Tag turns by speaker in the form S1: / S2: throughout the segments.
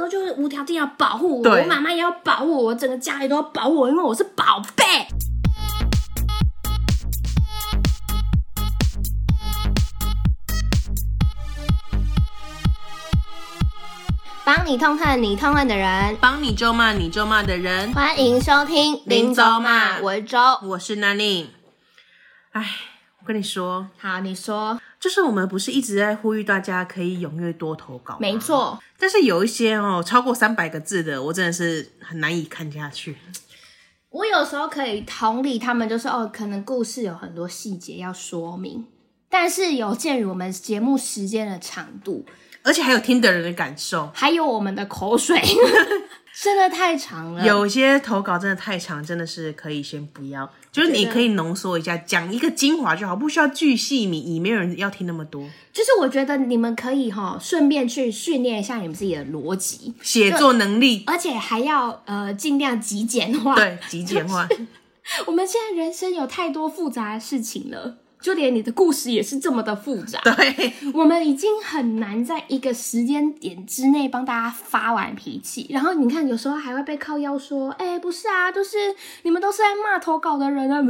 S1: 候就是无条件要保护我，
S2: 对
S1: 我妈妈也要保护我，我整个家里都要保护我，因为我是宝贝。帮你痛恨你痛恨的人，
S2: 帮你咒骂你咒骂的人，
S1: 欢迎收听
S2: 林州骂
S1: 我是周。
S2: 我是 Nanny。哎，我跟你说，
S1: 好，你说，
S2: 就是我们不是一直在呼吁大家可以踊跃多投稿，
S1: 没。错，
S2: 但是有一些哦，超过三百个字的，我真的是很难以看下去。
S1: 我有时候可以同理他们，就是哦，可能故事有很多细节要说明，但是有鉴于我们节目时间的长度，
S2: 而且还有听的人的感受，
S1: 还有我们的口 水，真的太长了。
S2: 有些投稿真的太长，真的是可以先不要。就是你可以浓缩一下，讲一个精华就好，不需要巨细靡遗，没有人要听那么多。
S1: 就是我觉得你们可以哈，顺便去训练一下你们自己的逻辑，
S2: 写作能力，
S1: 而且还要呃尽量极简化。
S2: 对，极简 化。
S1: 我们现在人生有太多复杂的事情了，就连你的故事也是这么的复杂。
S2: 对，
S1: 我们已经很难在一个时间点之内帮大家发完脾气，然后你看，有时候还会被靠腰说：“哎、不是啊，就是你们都是在骂投稿的人啊，
S2: 或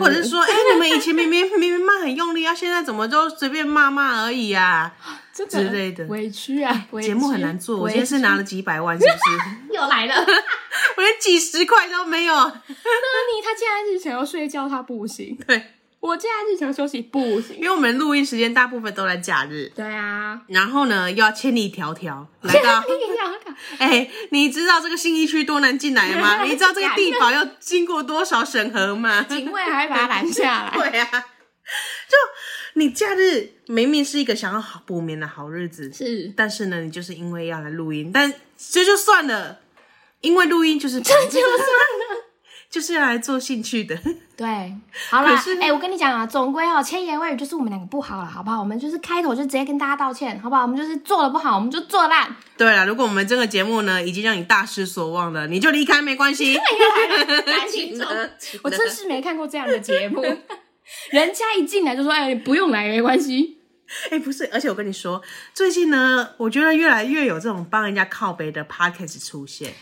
S1: 或
S2: 者是说，哎、你们以前明明明明骂很用力，啊，现在怎么就随便骂骂而已啊？
S1: 真的
S2: 之类的
S1: 委屈啊，委屈
S2: 节目很难做，我
S1: 委
S2: 今天是拿了几百万，是不是？
S1: 又来了。 那
S2: 我连几十块都没有。
S1: 你他现在是想要睡觉，他不行；
S2: 对，
S1: 我现在是想休息，不行
S2: 因。为我们录音时间大部分都在假日，
S1: 对啊，
S2: 然后呢，又要千里迢迢来 到。
S1: 你想想看
S2: 哎、你知道这个信义区多难进来吗？你知道这个地堡要经过多少审核 吗？
S1: 警卫还会把他拦下来。
S2: 对啊，就你假日明明是一个想要好补眠的好日子，
S1: 是
S2: 但是呢，你就是因为要来录音，但这就算了，因为录音就是这
S1: 就算
S2: 了，就是要来做兴趣的。
S1: 对，好啦
S2: 可是，
S1: 哎、我跟你讲啊，总归哦，千言万语就是我们两个不好了，好不好？我们就是开头就直接跟大家道歉，好不好？我们就是做的不好，我们就做 烂。
S2: 对啊了，如果我们这个节目呢已经让你大失所望了，你就离开没关系。
S1: 担心中
S2: 请了请了
S1: 我真是没看过这样的节目， 人家一进来就说：“哎、你不用来没关系。
S2: 哎、不是，而且我跟你说，最近呢，我觉得越来越有这种帮人家靠背的 podcast 出 现，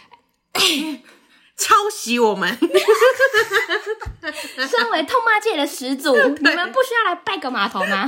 S2: 抄袭我们。”
S1: 身为痛骂界的始 祖，你们不需要来拜个码头吗？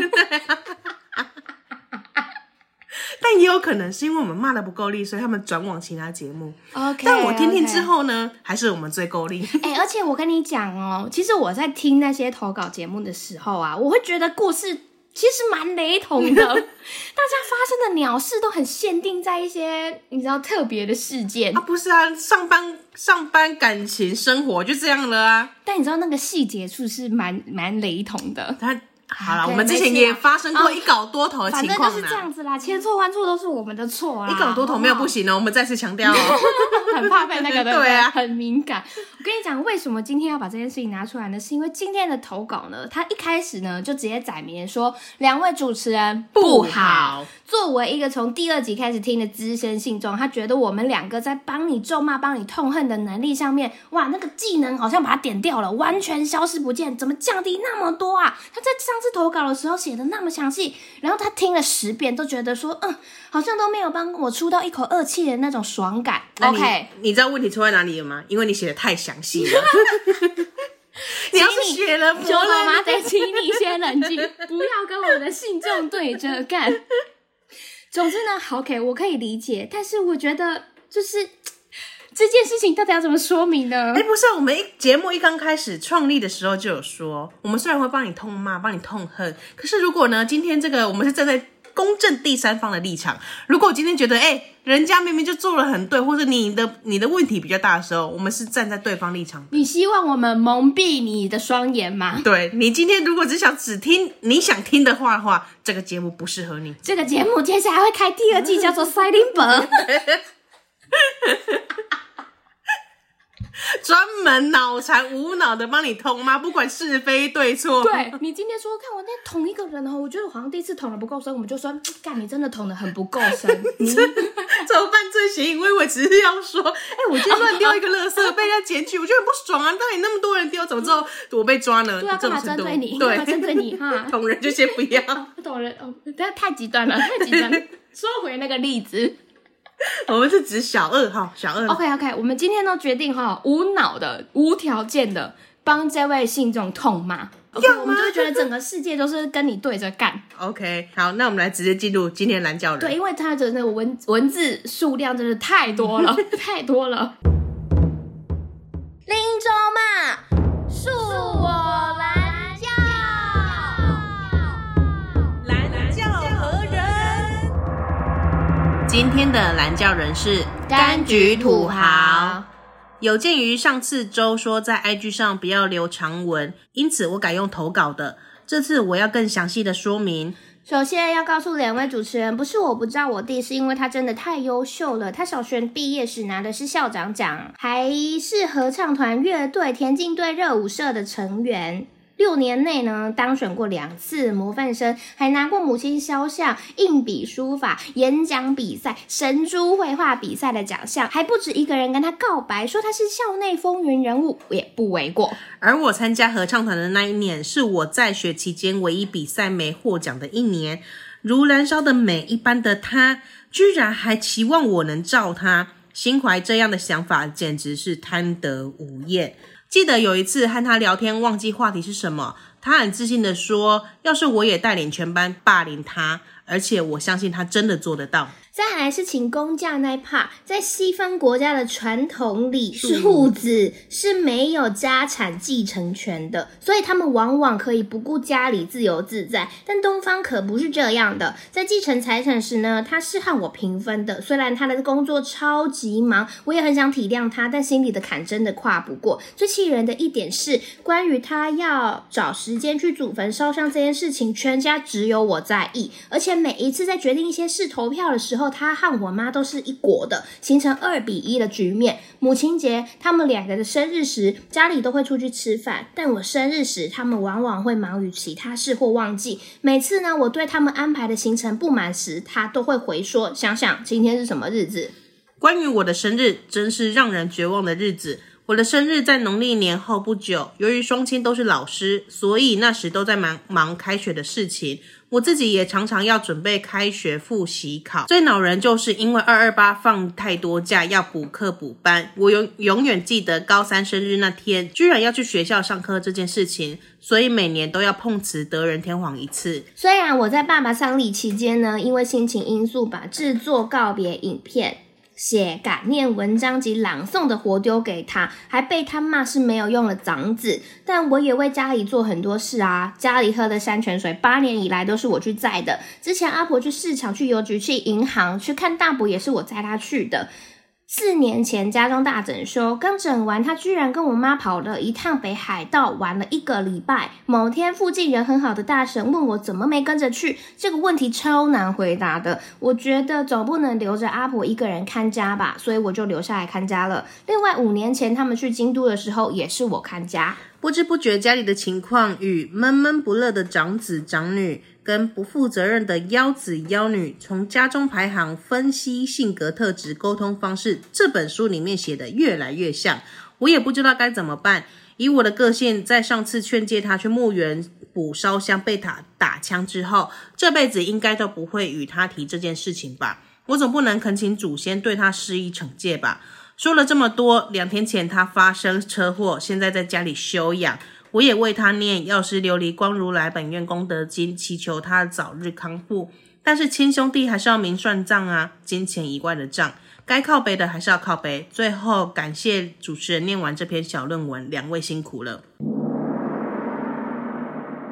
S2: 但也有可能是因为我们骂的不够力，所以他们转往其他节目。
S1: OK，
S2: 但我听听
S1: OK
S2: 之后呢，还是我们最够力。
S1: 哎、而且我跟你讲哦，其实我在听那些投稿节目的时候啊，我会觉得故事其实蛮雷同 的，大家发生的鸟事都很限定在一些你知道特别的事件
S2: 啊，，不是啊，上班上班感情生活就这样了啊。
S1: 但你知道那个细节处是蛮蛮雷同的。
S2: 他好
S1: 啊
S2: 了，
S1: 对
S2: 我们之前
S1: 没
S2: 也
S1: 事啊
S2: 发生过
S1: 哦
S2: 一稿多头的
S1: 反
S2: 情
S1: 正
S2: 况
S1: 就是这
S2: 啊。
S1: 样子啦，千错万错都是我们的错啊啦。
S2: 一稿多头没有不行哦，我们再次强调哦。
S1: 很怕被 那个，对不对？
S2: 对啊
S1: 很敏感。我跟你讲，为什么今天要把这件事情拿出来呢？是因为今天的投稿呢，他一开始呢就直接载明说，两位主持人不
S2: 不好
S1: 好。作为一个从第二集开始听的资深信众，他觉得我们两个在帮你咒骂、帮你痛恨的能力上面，哇，那个技能好像把它点掉了，完全消失不见，怎么降低那么多啊？他在上次投稿的时候写的那么详细，然后他听了十遍都觉得说，嗯，好像都没有帮我出到一口恶气的那种爽感。
S2: 那你
S1: OK，
S2: 你知道问题出在哪里了吗？因为你写的太详细 了。 你要是写了
S1: 九老
S2: 魔了，
S1: 妈得，请你先冷静，不要跟我的信众对着 干。总之呢好，OK，我可以理解，但是我觉得就是嘖这件事情到底要怎么说明 呢
S2: 哎、？不是啊、我们一节目一刚开始创立的时候就有说，我们虽然会帮你痛骂、帮你痛恨，可是如果呢，今天这个我们是站在公正第三方的立场，如果我今天觉得，哎、人家明明就做了很对，或者你的你的问题比较大的时候，我们是站在对方立场。
S1: 你希望我们蒙蔽你的双眼吗？
S2: 对你今天如果只想只听你想听的话的话，这个节目不适合你。
S1: 这个节目接下来会开第二季，叫 做《塞林本》，
S2: 专门脑残无脑的帮你痛骂，不管是非对错。
S1: 对你今天说，看我那捅一个人哦，我觉得我好像第一次捅的不够深，我们就说，嘖干你真的捅的很不够 深，你
S2: 怎么犯罪嫌疑？我以为只是要说，哎、我今天乱丢一个垃圾，被人家检举，我就很不爽啊！到底那么多人丢，怎么之后我被抓
S1: 嗯
S2: 呢？
S1: 对啊，
S2: 这
S1: 干
S2: 种
S1: 嘛针
S2: 程度，
S1: 对你？干嘛针
S2: 对，
S1: 对你 哈？
S2: 捅人就先不要。
S1: 哦 不懂人哦，但太极端了，太极端了。说回那个例子，
S2: 我们是指小二哈，小二
S1: OK OK，我们今天都决定哈，无脑的、无条件的帮这位信众痛骂。OK，
S2: 要吗
S1: 我们就会觉得整个世界都是跟你对着 干。
S2: OK，好，那我们来直接进入今天蓝教人。
S1: 对，因为他的那个文文字数量真是太多 了，太多了。林州嘛，恕我蓝教。
S2: 蓝教何人？今天的蓝教人是
S1: 柑橘土豪。
S2: 有鉴于上次周说在 IG 上不要留长文，因此我改用投稿的。这次我要更详细的说明。
S1: 首先要告诉两位主持人，不是我不知道我弟，是因为他真的太优秀了。他小学毕业时拿的是校长奖，还是合唱团、乐队、田径队、热舞社的成员。六年内呢，当选过两次模范生，还拿过母亲肖像、硬笔书法、演讲比赛、神珠绘画比赛的奖项，还不止一个人跟他告白，说他是校内风云人物，也不为过。
S2: 而我参加合唱团的那一年，是我在学期间唯一比赛没获奖的一年。如燃烧的美一般的他，居然还期望我能照他，心怀这样的想法，简直是贪得无厌。记得有一次和他聊天，忘记话题是什么，他很自信的说：“要是我也带领全班霸凌他，而且我相信他真的做得到。”
S1: 再来是请工价那一 part，在西方国家的传统里，庶子是没有家产继承权的，所以他们往往可以不顾家里自由自在。但东方可不是这样的，在继承财产时呢，他是和我平分的。虽然他的工作超级忙，我也很想体谅他，但心里的坎真的跨不过。最气人的一点是，关于他要找时间去祖坟烧香这件事情，全家只有我在意，而且每一次在决定一些事投票的时候，他和我妈都是一国的，形成二比一的局面。母亲节，他们两个的生日时，家里都会出去吃饭，但我生日时，他们往往会忙于其他事或忘记。每次呢，我对他们安排的行程不满时，他都会回说：“想想今天是什么日子。”
S2: 关于我的生日，真是让人绝望的日子。我的生日在农历年后不久，由于双亲都是老师，所以那时都在忙忙开学的事情。我自己也常常要准备开学复习考。最恼人就是因为二二八放太多假，要补课补班。我永永远记得高三生日那天，居然要去学校上课这件事情，所以每年都要碰瓷得人天皇一次。
S1: 虽然我在爸爸丧礼期间呢，因为心情因素把制作告别影片、写感念文章及朗诵的活丢给他，还被他骂是没有用的长子，但我也为家里做很多事啊。家里喝的山泉水，八年以来都是我去载的。之前阿婆去市场、去邮局、去银行、去看大伯，也是我载她去的。四年前家中大整修，刚整完，他居然跟我妈跑了一趟北海道，玩了一个礼拜。某天附近人很好的大神问我怎么没跟着去，这个问题超难回答的。我觉得总不能留着阿婆一个人看家吧，所以我就留下来看家了。另外五年前他们去京都的时候，也是我看家。
S2: 不知不觉，家里的情况与闷闷不乐的长子长女跟不负责任的幺子幺女，从家中排行分析性格特质、沟通方式这本书里面写的越来越像，我也不知道该怎么办。以我的个性，在上次劝诫他去墓园补烧香被打打枪之后，这辈子应该都不会与他提这件事情吧。我总不能恳请祖先对他施以惩戒吧？说了这么多，两天前他发生车祸，现在在家里休养。我也为他念药师琉璃光如来本愿功德经，祈求他早日康复。但是亲兄弟还是要明算账啊，金钱以外的账，该靠背的还是要靠背。最后感谢主持人念完这篇小论文，两位辛苦了。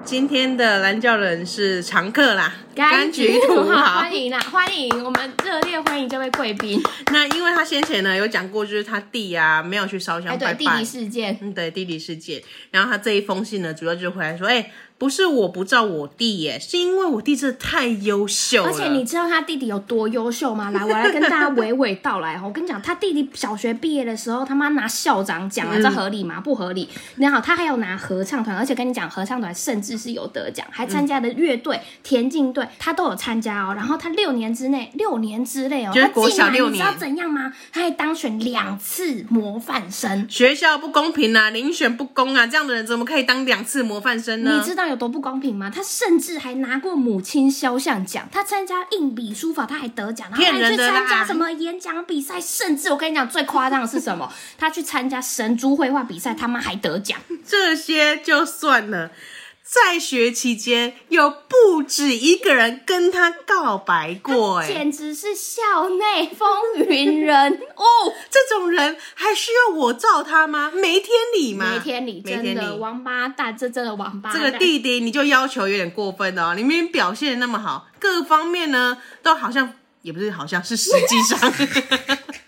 S2: 今天的蓝教人是常客啦，豪
S1: 欢迎啦，欢迎！我们热烈欢迎这位贵宾。
S2: 那因为他先前呢有讲过，就是他弟啊没有去烧
S1: 哎，
S2: 香
S1: 对，
S2: 拜
S1: 弟
S2: 拜，
S1: 弟事件，
S2: 嗯对弟弟世界。然后他这一封信呢，主要就是回来说，哎、不是我不照我弟耶，是因为我弟真的太优秀了。
S1: 而且你知道他弟弟有多优秀 吗？来，我来跟大家娓娓道来哦。我跟你讲，他弟弟小学毕业的时候，他妈拿校长奖啊，这合理
S2: 嗯
S1: 吗？不合理。然后他还有拿合唱团，而且跟你讲，合唱团甚至是有得奖，还参加的乐队、田径队，队，他都有参加哦。然后他六年之内，六年之内哦，
S2: 就是
S1: 他
S2: 国
S1: 进
S2: 小
S1: 来
S2: 六
S1: 你知道
S2: 年
S1: 怎样吗？他还当选两次模范生。
S2: 学校不公平啊，遴选不公啊，这样的人怎么可以当两次模范生
S1: 你
S2: 呢？
S1: 知道有多不公平吗？他甚至还拿过母亲肖像奖，他参加硬笔书法，他还得奖，然后他还
S2: 骗人
S1: 去
S2: 的啦
S1: 参加什么演讲比赛，甚至我跟你讲最夸张的是什么？他去参加神猪绘画比赛，他妈还得奖。
S2: 这些就算了。在学期间，有不止一个人跟他告白过、哎，
S1: 简直是校内风云人物，
S2: 这种人还需要我罩他吗？没天理吗？
S1: 没天理，
S2: 没
S1: 真
S2: 天
S1: 的
S2: 理！
S1: 王八蛋，这真的王八
S2: 这
S1: 蛋。
S2: 个弟弟你就要求有点过分了、哦，你明明表现的那么好，各方面呢都好像也不是好像是实际 上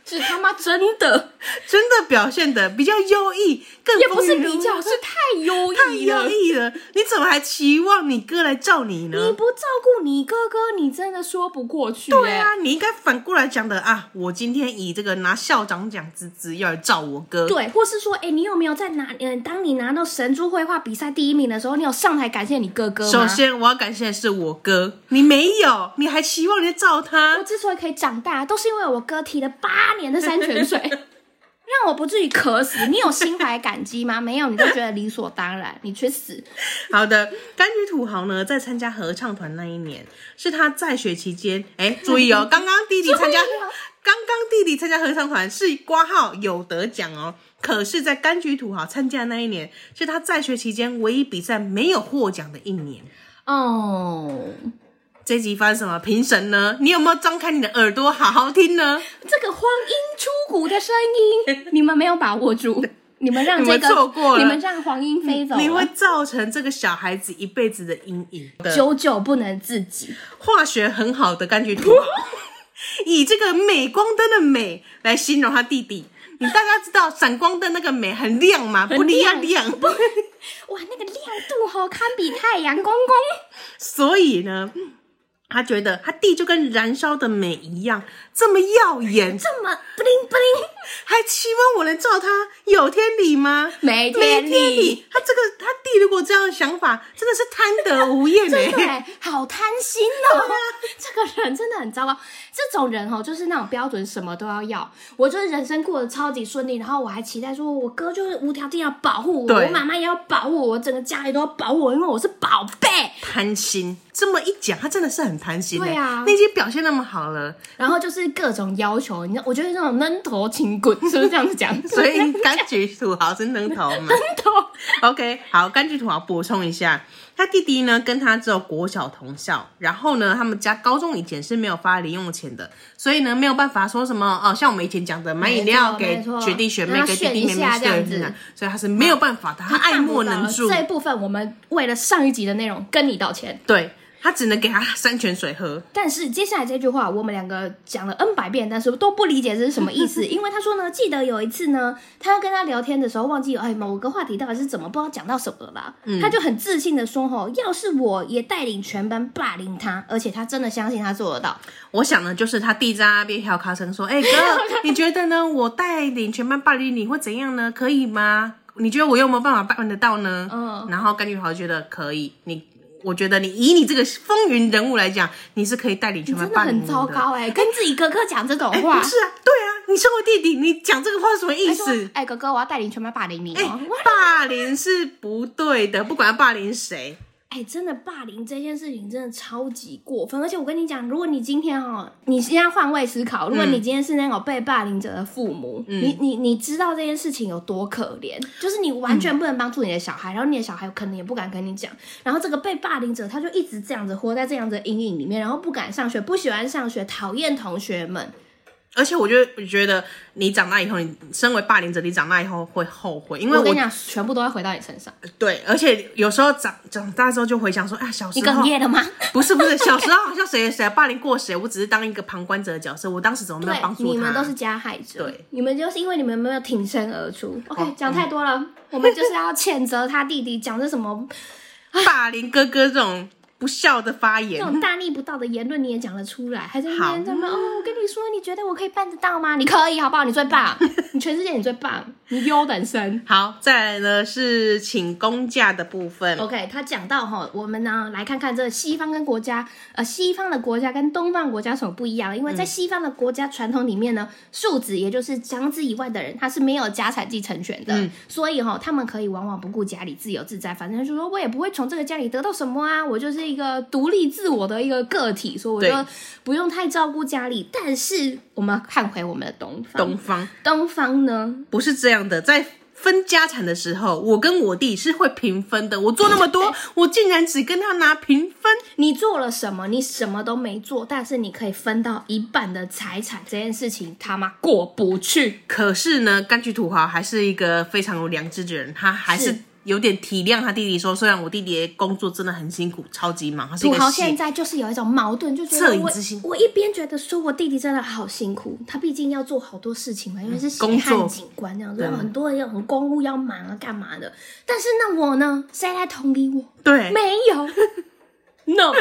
S1: 是他妈真 的，
S2: 真的表现的比较优异，更
S1: 也不是
S2: 风云人
S1: 比
S2: 物
S1: 较，是太优
S2: 太
S1: 异了
S2: 优。异了，你怎么还期望你哥来罩你
S1: 你
S2: 呢？
S1: 不照顾你哥哥，你真的说不过去、欸。
S2: 对啊，你应该反过来讲的啊！我今天以这个拿校长奖之姿要来罩我哥，
S1: 对，或是说，哎、你有没有在拿？嗯、当你拿到神珠绘画比赛第一名的时候，你有上台感谢你哥哥吗？
S2: 首，先，我要感谢的是我哥，你没有，你还期望人家照
S1: 我
S2: 他？
S1: 之所以可以长大，都是因为我哥提了八年的山泉水， 让我不至于渴死。你有心怀感激吗？没有，你就觉得理所当然，你去死！
S2: 好的，柑橘土豪呢，在参加合唱团那一年，是他在学期间，哎，注意哦，刚刚弟弟参加
S1: 注意哦，
S2: 刚刚弟弟参加合唱团是挂号有得奖哦，可是，在柑橘土豪参加的那一年，是他在学期间唯一比赛没有获奖的一年。
S1: 哦、
S2: 这集发生什么？评审呢？你有没有张开你的耳朵好好听呢？
S1: 这个荒音出谷的声音，你们没有把握住，你们让
S2: 你
S1: 这
S2: 们
S1: 个，
S2: 错过了
S1: 你们让黄莺飞走
S2: 你会
S1: 了，
S2: 造成这个小孩子一辈子的阴影。
S1: 久久不能自己。
S2: 化学很好的柑橘土豪， 以这个镁光灯的美来形容他弟弟。你大家知道闪光灯那个美很亮吗？不亮
S1: 亮
S2: 亮。
S1: 哇，那个亮度哦，堪比太阳公公。
S2: 所以呢，他觉得他弟就跟燃烧的美一样这么耀眼，
S1: 这么 bling bling，
S2: 还期望我能照他，有天理吗？
S1: 没
S2: 没
S1: 天
S2: 天
S1: 理，
S2: 理！他这个他弟如果这样的想法，真的是贪得无 厌
S1: 真的
S2: 哎、
S1: 欸，好贪心 哦、 这个人真的很糟糕。这种人哦，就是那种标准什么都要要。我就是人生过得超级顺利，然后我还期待说，我哥就是无条件要保护我，
S2: 对
S1: 我妈妈也要保护我，我整个家里都要保护我，因为我是宝贝。
S2: 贪心，这么一讲，他真的是很贪心、欸。
S1: 对啊
S2: 那些表现那么好了，
S1: 然后就是各种要求，你知道，我觉得那种闷头轻滚， 是不是这样子讲？
S2: 所以柑橘土豪是能 头嘛
S1: 闷头
S2: ？OK，好，柑橘土豪补充一下，他弟弟呢跟他只有国小同校，然后呢他们家高中以前是没有发零用钱的，所以呢没有办法说什么哦，像我们以前讲的买饮料给
S1: 没错
S2: 学弟学妹
S1: 让他
S2: 给弟弟
S1: 炫
S2: 妹
S1: 一
S2: 妹
S1: 下这样
S2: 炫一下
S1: 子
S2: 所以他是没有办法的，他爱莫能助
S1: 这，一部分我们为了上一集的内容跟你道歉。
S2: 对他只能给他山泉水喝。
S1: 但是接下来这句话，我们两个讲了 N 百遍，但是都不理解这是什么意 思。因为他说呢，记得有一次呢，他跟他聊天的时候，忘记哎某个话题到底是怎么，不知道讲到什么了啦。
S2: 嗯
S1: 他就很自信的说：“吼，要是我也带领全班霸凌他，而且他真的相信他做得到。
S2: 我想呢，就是他弟在那边调卡声 说：“哎、哥，你觉得呢？我带领全班霸凌你会怎样呢？可以吗？你觉得我有没有办法办得到呢？”
S1: 嗯，
S2: 然后甘菊豪觉得可以，你我觉得你以你这个风云人物来讲，你是可以带领全
S1: 真
S2: 班
S1: 的
S2: 霸凌
S1: 很
S2: 我
S1: 糟糕哎、跟自己哥哥讲这种
S2: 哎、
S1: 话
S2: 不，是啊，对啊，你身为弟弟，你讲这个话是什么意
S1: 他说
S2: 思：“？
S1: 哎、哥哥，我要带领全班霸凌你
S2: 哎、
S1: 哦。
S2: 霸凌是不对的，不管要霸凌谁，
S1: 哎、真的霸凌这件事情真的超级过分，而且我跟你讲，如果你今天哦，你现在换位思考，如果你
S2: 嗯
S1: 今天是那种被霸凌者的父母，你你你知道这件事情有多可怜，就是你完
S2: 嗯
S1: 全不能帮助你的小孩，然后你的小孩可能也不敢跟你讲，然后这个被霸凌者他就一直这样子活在这样子的阴影里面，然后不敢上学，不喜欢上学，讨厌同学们，
S2: 而且我就觉得你长大以后，你身为霸凌者，你长大以后会后悔，因为
S1: 我
S2: 我
S1: 跟你讲，全部都会回到你身上，
S2: 对，而且有时候长长大之后就回想说，啊，小
S1: 你
S2: 时候
S1: 哽咽了吗？
S2: 不是不是，小时候好像谁谁霸凌过谁，我只是当一个旁观者的角色，我当时怎么没有帮助
S1: 对，
S2: 他？
S1: 你们都是加害者。
S2: 对，
S1: 你们就是因为你们没有挺身而出。
S2: 哦
S1: OK，讲太 多了，我们就是要谴责他弟弟讲这什么
S2: 霸凌哥哥这种不孝的发
S1: 这
S2: 言。
S1: 种大逆不道的言论你也讲得出来，还在那
S2: 好
S1: 边在那边哦，我跟你说，你觉得我可以办得到吗？你可以，好不好？你最 棒，你全世界你最棒，你优等生。
S2: 好，再来呢是请公假的部分。
S1: OK，他讲到哈，我们呢来看看这西方跟国家，呃，西方的国家跟东方国家有什么不一样？因为
S2: 嗯
S1: 在西方的国家传统里面呢，庶子也就是长子以外的人，他是没有家产继承权的，
S2: 嗯
S1: 所以哈，他们可以往往不顾家里，自由自在，反正就说我也不会从这个家里得到什么啊，我就是一个独立自我的一个个体，所以我
S2: 对
S1: 就不用太照顾家里。但是我们看回我们的东方，
S2: 东方
S1: 东方呢，
S2: 不是这样的，在分家产的时候，我跟我弟是会平分的。我做那么多，我竟然只跟他拿平分。
S1: 你做了什么？你什么都没做，但是你可以分到一半的财产，这件事情他妈过不去。
S2: 可是呢，柑橘土豪还是一个非常有良知的人，他还是
S1: 是
S2: 有点体谅他弟弟说，虽然我弟弟工作真的很辛苦，超级忙，他是一
S1: 土
S2: 个
S1: 豪
S2: 斜
S1: 现在就是有一种矛盾，就觉
S2: 恻
S1: 得
S2: 隐
S1: 我
S2: 之心
S1: 我一边觉得说我弟弟真的好辛苦，他毕竟要做好多事情嘛，因为是血
S2: 工作
S1: 汗警官这样子，有很多人很公务要忙啊干嘛的。但是那我呢？谁来同理我？
S2: 对，
S1: 没有，no。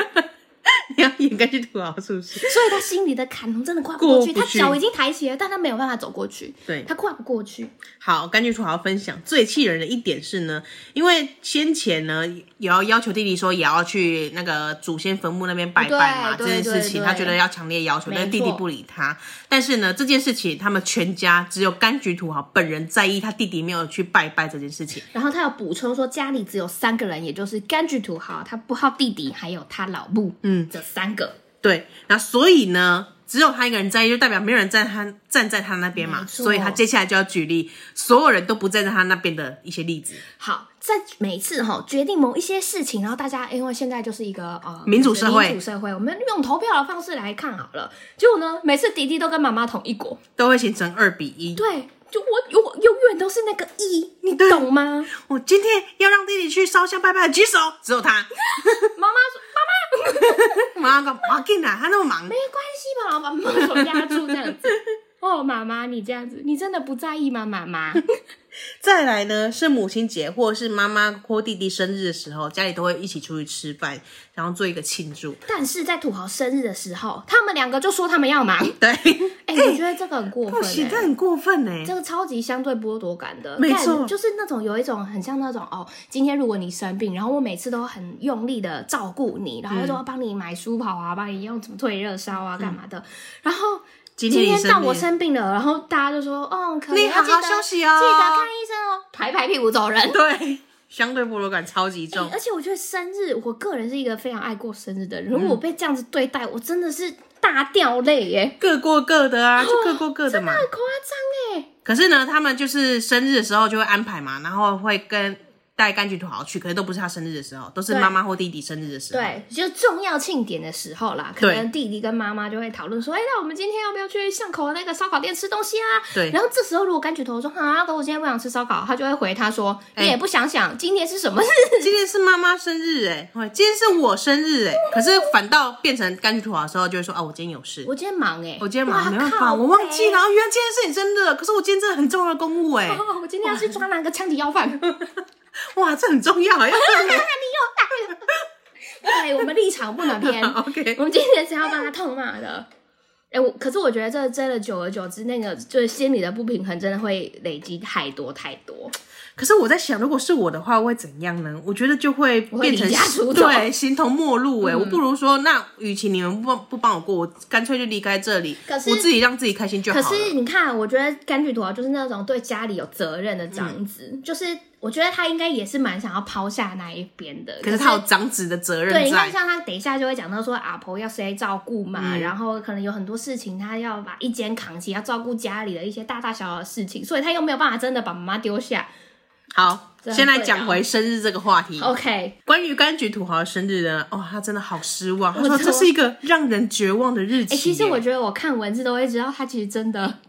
S2: 你要演柑橘土豪是不是？
S1: 所以他心里的坎真的跨不过去，
S2: 过不
S1: 他
S2: 去
S1: 脚已经抬起了，但他没有办法走过去，
S2: 对
S1: 他跨不过去。
S2: 好，柑橘土豪分享最气人的一点是呢，因为先前呢也要要求弟弟说也要去那个祖先坟墓那边拜拜嘛，这
S1: 对
S2: 件
S1: 对
S2: 事情
S1: 对
S2: 他觉得要强烈要求，
S1: 没
S2: 但弟弟
S1: 错
S2: 不理他。但是呢，这件事情他们全家只有柑橘土豪本人在意他弟弟没有去拜拜这件事情。
S1: 然后他有补充说，家里只有三个人，也就是柑橘土豪、他不好弟弟，还有他老母，
S2: 嗯，
S1: 这三个
S2: 对，那所以呢，只有他一个人在意，就代表没有人站他站在他那边嘛。
S1: 没错
S2: 所以他接下来就要举例所有人都不站在他那边的一些例子。
S1: 好。在每次哈、决定某一些事情，然后大家因为现在就是一个呃
S2: 民主社会
S1: 民主社会，我们用投票的方式来看好了。结果呢，每次弟弟都跟妈妈同一国，
S2: 都会形成二比一。
S1: 对，就我我永远都是那个一，你懂 吗？
S2: 我哦今天要让弟弟去烧香拜拜，举手，只有他。
S1: 妈妈说
S2: 妈妈讲，我进来，他那么忙
S1: 没，关系吧，把妈妈手压住这样子。 哦，妈妈，你这样子，你真的不在意吗？妈 妈，
S2: 再来呢，是母亲节或者是妈妈或弟弟生日的时候，家里都会一起出去吃饭，然后做一个庆祝。
S1: 但是在土豪生日的时候，他们两个就说他们要忙。
S2: 对，
S1: 哎、我觉得这个很过
S2: 不
S1: 分、
S2: 行，这
S1: 欸。
S2: 很过分呢、
S1: 这个超级相对剥夺感的，
S2: 没错
S1: 干就是那种有一种很像那种哦，今天如果你生病，然后我每次都很用力的照顾你，然后
S2: 嗯
S1: 说帮你买舒跑啊，帮你用什么退热烧啊，干嘛的，然后
S2: 今
S1: 今
S2: 天
S1: 天
S2: 你生
S1: 到我
S2: 病
S1: 生病了，然后大家就说，哦，可以，
S2: 你
S1: 要
S2: 好
S1: 记得
S2: 好休息哦
S1: 记得看医生哦，拍拍屁股走人。
S2: 对，相对剥夺感超级重
S1: 欸。而且我觉得生日，我个人是一个非常爱过生日的人，
S2: 嗯
S1: 如果我被这样子对待，我真的是大掉泪耶，
S2: 各过各的
S1: 哦
S2: 啊，就各过各的嘛。
S1: 太夸张哎。
S2: 可是呢，他们就是生日的时候就会安排嘛，然后会跟带柑橘土豪去，可是都不是他生日的时候，都是
S1: 对
S2: 妈妈或弟弟生日的时候。
S1: 对，就是重要庆典的时候啦，可
S2: 啊对
S1: 能弟弟跟妈妈就会讨论说，哎、那我们今天要不要去巷口的那个烧烤店吃东西啊？
S2: 对
S1: 然后这时候如果柑橘头说啊，可我今天不想吃烧烤，他就会回他说，
S2: 哎
S1: 你也不想想今天是什么日
S2: 今天是妈妈生日哎、欸，今天是我生日哎、可是反倒变成柑橘土豪的时候，就会说啊，我今天有事，
S1: 我今天忙哎、
S2: 我今天忙，
S1: 哇
S2: 没办
S1: 靠
S2: 法，我忘记
S1: 北
S2: 了，然后原来今天是你生日，可是我今天真的很重要的公务哎、
S1: 哦，我今天要去抓那个枪击要犯。
S2: 哇，这很重要，哎要这样
S1: 哎对，我们立场不能 偏。
S2: OK
S1: 我们今天是要帮他痛骂的。哎、我可是我觉得这真的久而久之，那个就是心理的不平衡，真的会累积太多太多。
S2: 可是我在想，如果是我的话，会怎样呢？我觉得就会
S1: 我会
S2: 变成
S1: 离家出走嗯
S2: 对形同陌路哎、我不如说，那与其你们不不帮我过，我干脆就离开这里，
S1: 可是
S2: 我自己让自己开心就好
S1: 可
S2: 了。
S1: 是你看，我觉得柑橘土豪就是那种对家里有责任的长子，
S2: 嗯
S1: 就是我觉得他应该也是蛮想要抛下那一边的。
S2: 可是他有长子的责任
S1: 对，你看
S2: 在，
S1: 像他等一下就会讲到说阿婆要谁照顾嘛，
S2: 嗯
S1: 然后可能有很多事情他要把一肩扛起，要照顾家里的一些大大小小的事情，所以他又没有办法真的把妈妈丢下。
S2: 好，
S1: 这很
S2: 先来
S1: 对啊
S2: 讲回生日这个话题。
S1: OK，哎
S2: 关于柑橘土豪的生日呢，哦，他真的好失望。他
S1: 我
S2: 说
S1: 知
S2: 这
S1: 道
S2: 是一个让人绝望的日期
S1: 哎、
S2: 耶。
S1: 其实我觉得我看文字都会知道，他其实真的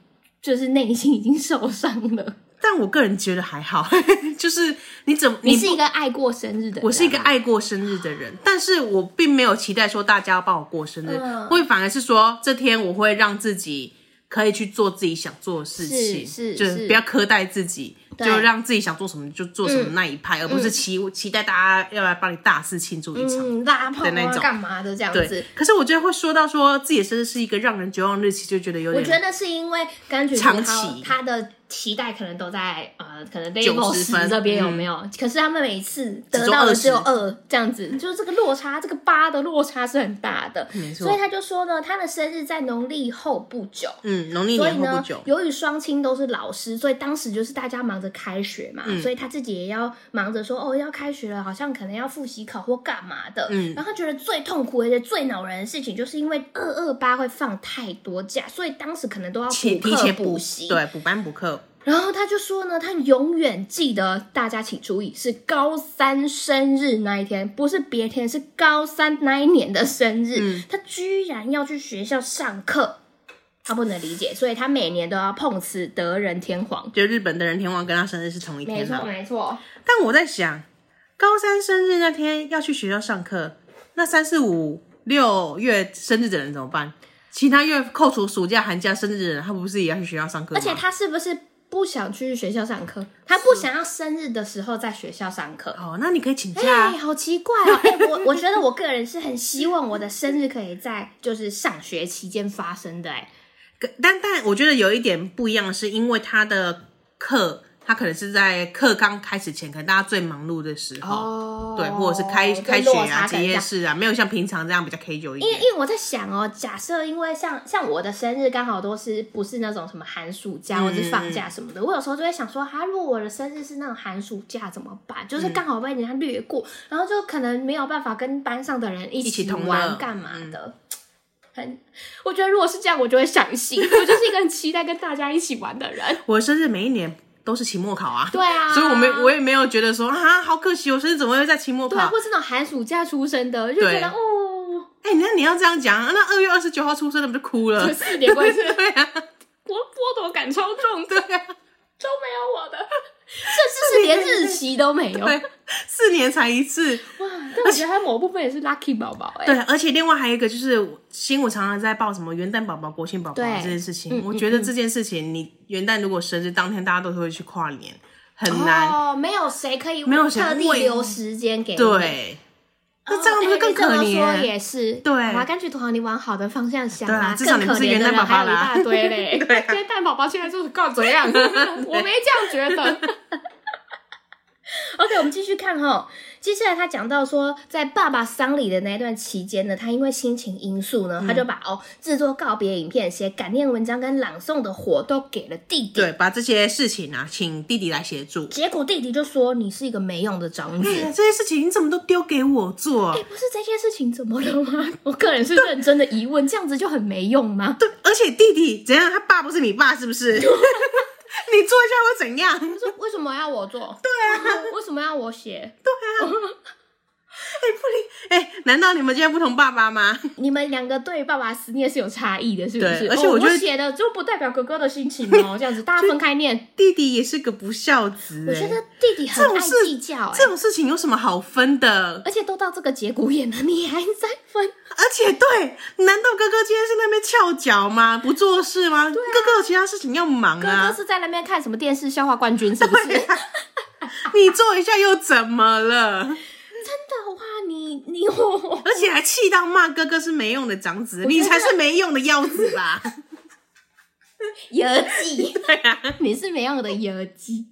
S1: 就是内心已经受伤了。
S2: 但我个人觉得还好， 就是你怎么
S1: 你
S2: 不
S1: 是一个爱过生日的人，啊
S2: 我是一个爱过生日的人，但是我并没有期待说大家要帮我过生日，
S1: 嗯
S2: 会反而是说这天我会让自己可以去做自己想做的事情，
S1: 是是
S2: 就是不要苛待自己，
S1: 对嗯
S2: 就让自己想做什么就做什么那一派，而不是期期待大家要来帮你大肆庆祝一场。
S1: 嗯，拉炮
S2: 的那
S1: 啊，
S2: 种
S1: 干嘛的这样子
S2: 对。，可是我觉得会说到说自己生日是一个让人绝望的日期，就觉得有
S1: 我
S2: 点
S1: 觉得是因为柑橘
S2: 长
S1: 葡
S2: 期
S1: 萄它的期待可能都在呃，可能
S2: 90
S1: level 十
S2: 分
S1: 这边有
S2: 嗯
S1: 没有？可是他们每次
S2: 只
S1: 得
S2: 中
S1: 到的
S2: 20
S1: 只有二这样子，就是这个落差，这个八的落差是很大的。
S2: 没错
S1: 所以他就说呢，他的生日在农历后不久。
S2: 嗯，农历
S1: 所
S2: 年
S1: 以
S2: 后
S1: 呢
S2: 不久，，
S1: 由于双亲都是老师，所以当时就是大家忙着开学嘛，
S2: 嗯
S1: 所以他自己也要忙着说哦要开学了，好像可能要复习考或干嘛的。
S2: 嗯
S1: 然后他觉得最痛苦而且最恼人的事情，就是因为二二八会放太多假，所以当时可能都要
S2: 提
S1: 补
S2: 提前
S1: 课
S2: 补
S1: 习。
S2: 对，补班补课，
S1: 然后他就说呢，他永远记得大家请注意是高三生日那一天，不是别天，是高三那一年的生日。他居然要去学校上课，他不能理解，所以他每年都要碰瓷得人天皇。
S2: 就日本的人天王跟他生日是同一
S1: 没
S2: 天
S1: 错，
S2: 啦。
S1: 没错，
S2: 但我在想，高三生日那天要去学校上课，那三四五六月生日的人怎么办？其他月扣除暑假、寒假、生日的人，他不是也要去学校上课
S1: 而
S2: 吗？
S1: 且他是不是不想去学校上课？他不想要生日的时候在学校上课。
S2: 哦，那你可以请假
S1: 哎、
S2: 啊。
S1: 好奇怪哦！哎、我我觉得我个人是很希望我的生日可以在就是上学期间发生的、哎，
S2: 可但但我觉得有一点不一样的是，因为他的课，他可能是在课刚开始前，可能大家最忙碌的时候，
S1: 哦
S2: 对，或者是开
S1: 这
S2: 开学
S1: 落
S2: 啊、
S1: 差
S2: 结
S1: 感
S2: 业
S1: 大。
S2: 式啊，没有像平常这样比较 casual 一
S1: 因为
S2: 点
S1: 因。为我在想哦，假设因为像像我的生日刚好都是不是那种什么寒暑
S2: 嗯
S1: 假或者是放假什么的，我有时候就会想说，哈、如果我的生日是那种寒暑假怎么办？
S2: 嗯
S1: 就是刚好被人家略过，然后就可能没有办法跟班上的人一
S2: 一起同乐嗯
S1: 玩干嘛的。很，我觉得如果是这样，我就会相信，我就是一个很期待跟大家一起玩的人。
S2: 我的生日每一年都是期末考啊，
S1: 对啊，
S2: 所以我没我也没有觉得说啊，好可惜，我生日怎么会在期末考
S1: 对啊，？或是那种寒暑假出生的，就觉
S2: 对
S1: 得哦，
S2: 哎、那你要这样讲，那二月二十九号出生的不就哭了
S1: 这？四年关系。
S2: 对啊，
S1: 我剥夺感超 重，
S2: 对啊，
S1: 都没有我的，甚至是连日期都没有。哇！
S2: 对，四年才一次。
S1: 但我觉得他某部分也是 lucky 宝宝哎、
S2: 对，而且另外还有一个就是新闻常常在报什么元旦宝宝、国庆宝宝
S1: 对
S2: 这件事情，
S1: 嗯嗯
S2: 我觉得这件事情，你元旦如果生日当天大家都会去跨年，很难。
S1: 哦，没有谁可以
S2: 没有谁
S1: 特地
S2: 为
S1: 留时间给你。
S2: 对，那这样不是更可
S1: 哎你这么
S2: 怜？
S1: 说也是，
S2: 对
S1: 好吧，柑橘土豪，你往好的方向想
S2: 对啊
S1: 啦。
S2: 至少你
S1: 更
S2: 不
S1: 可
S2: 是
S1: 怜
S2: 元
S1: 的
S2: 旦宝
S1: 人还
S2: 宝
S1: 有一
S2: 啦
S1: 大堆 嘞。元蛋宝宝现在就是搞怎样？我没这样觉得。OK，我们继续看哈。接下来他讲到说，在爸爸丧礼的那一段期间呢，他因为心情因素呢，他就把哦制作告别影片、写感念文章跟朗诵的活都给了弟弟。
S2: 对，把这些事情啊，请弟弟来协助。
S1: 结果弟弟就说：“你是一个没用的长子。
S2: 哎呀，这些事情你怎么都丢给我做？
S1: 哎不是这件事情怎么了吗？ 我个人是认真的疑问，这样子就很没用吗？
S2: 对，而且弟弟怎样？他爸不是你爸是 不是？你做一下会怎样？
S1: 他说为什么要我做？对啊， 为什么要我写？
S2: 哎、难道你们今天不同爸爸吗？
S1: 你们两个对于爸爸思念是有差异的，是不是？
S2: 对而且
S1: 哦
S2: 我觉得
S1: 写的就不代表哥哥的心情 哦，这样子大家分开念。
S2: 弟弟也是个不孝子、
S1: 我
S2: 哎
S1: 觉得弟弟
S2: 这
S1: 很
S2: 种
S1: 爱
S2: 事
S1: 计较、哎
S2: 这，种事情有什么好分的？
S1: 而且都到这个节骨眼了，你还在 分？
S2: 而且对，难道哥哥今天是那边翘脚吗？不做事吗？哥哥有其他事情要忙
S1: 哥啊哥
S2: 啊。
S1: 是在那边看什么电视笑话冠军，是不是？
S2: 对啊 你做一下又怎么了？
S1: 真的哇，你你我。
S2: 而且还气到骂哥哥是没用的长子，
S1: 觉得
S2: 你才是没用的腰子 吧？
S1: 游 记，
S2: 啊
S1: 你是没用的游记。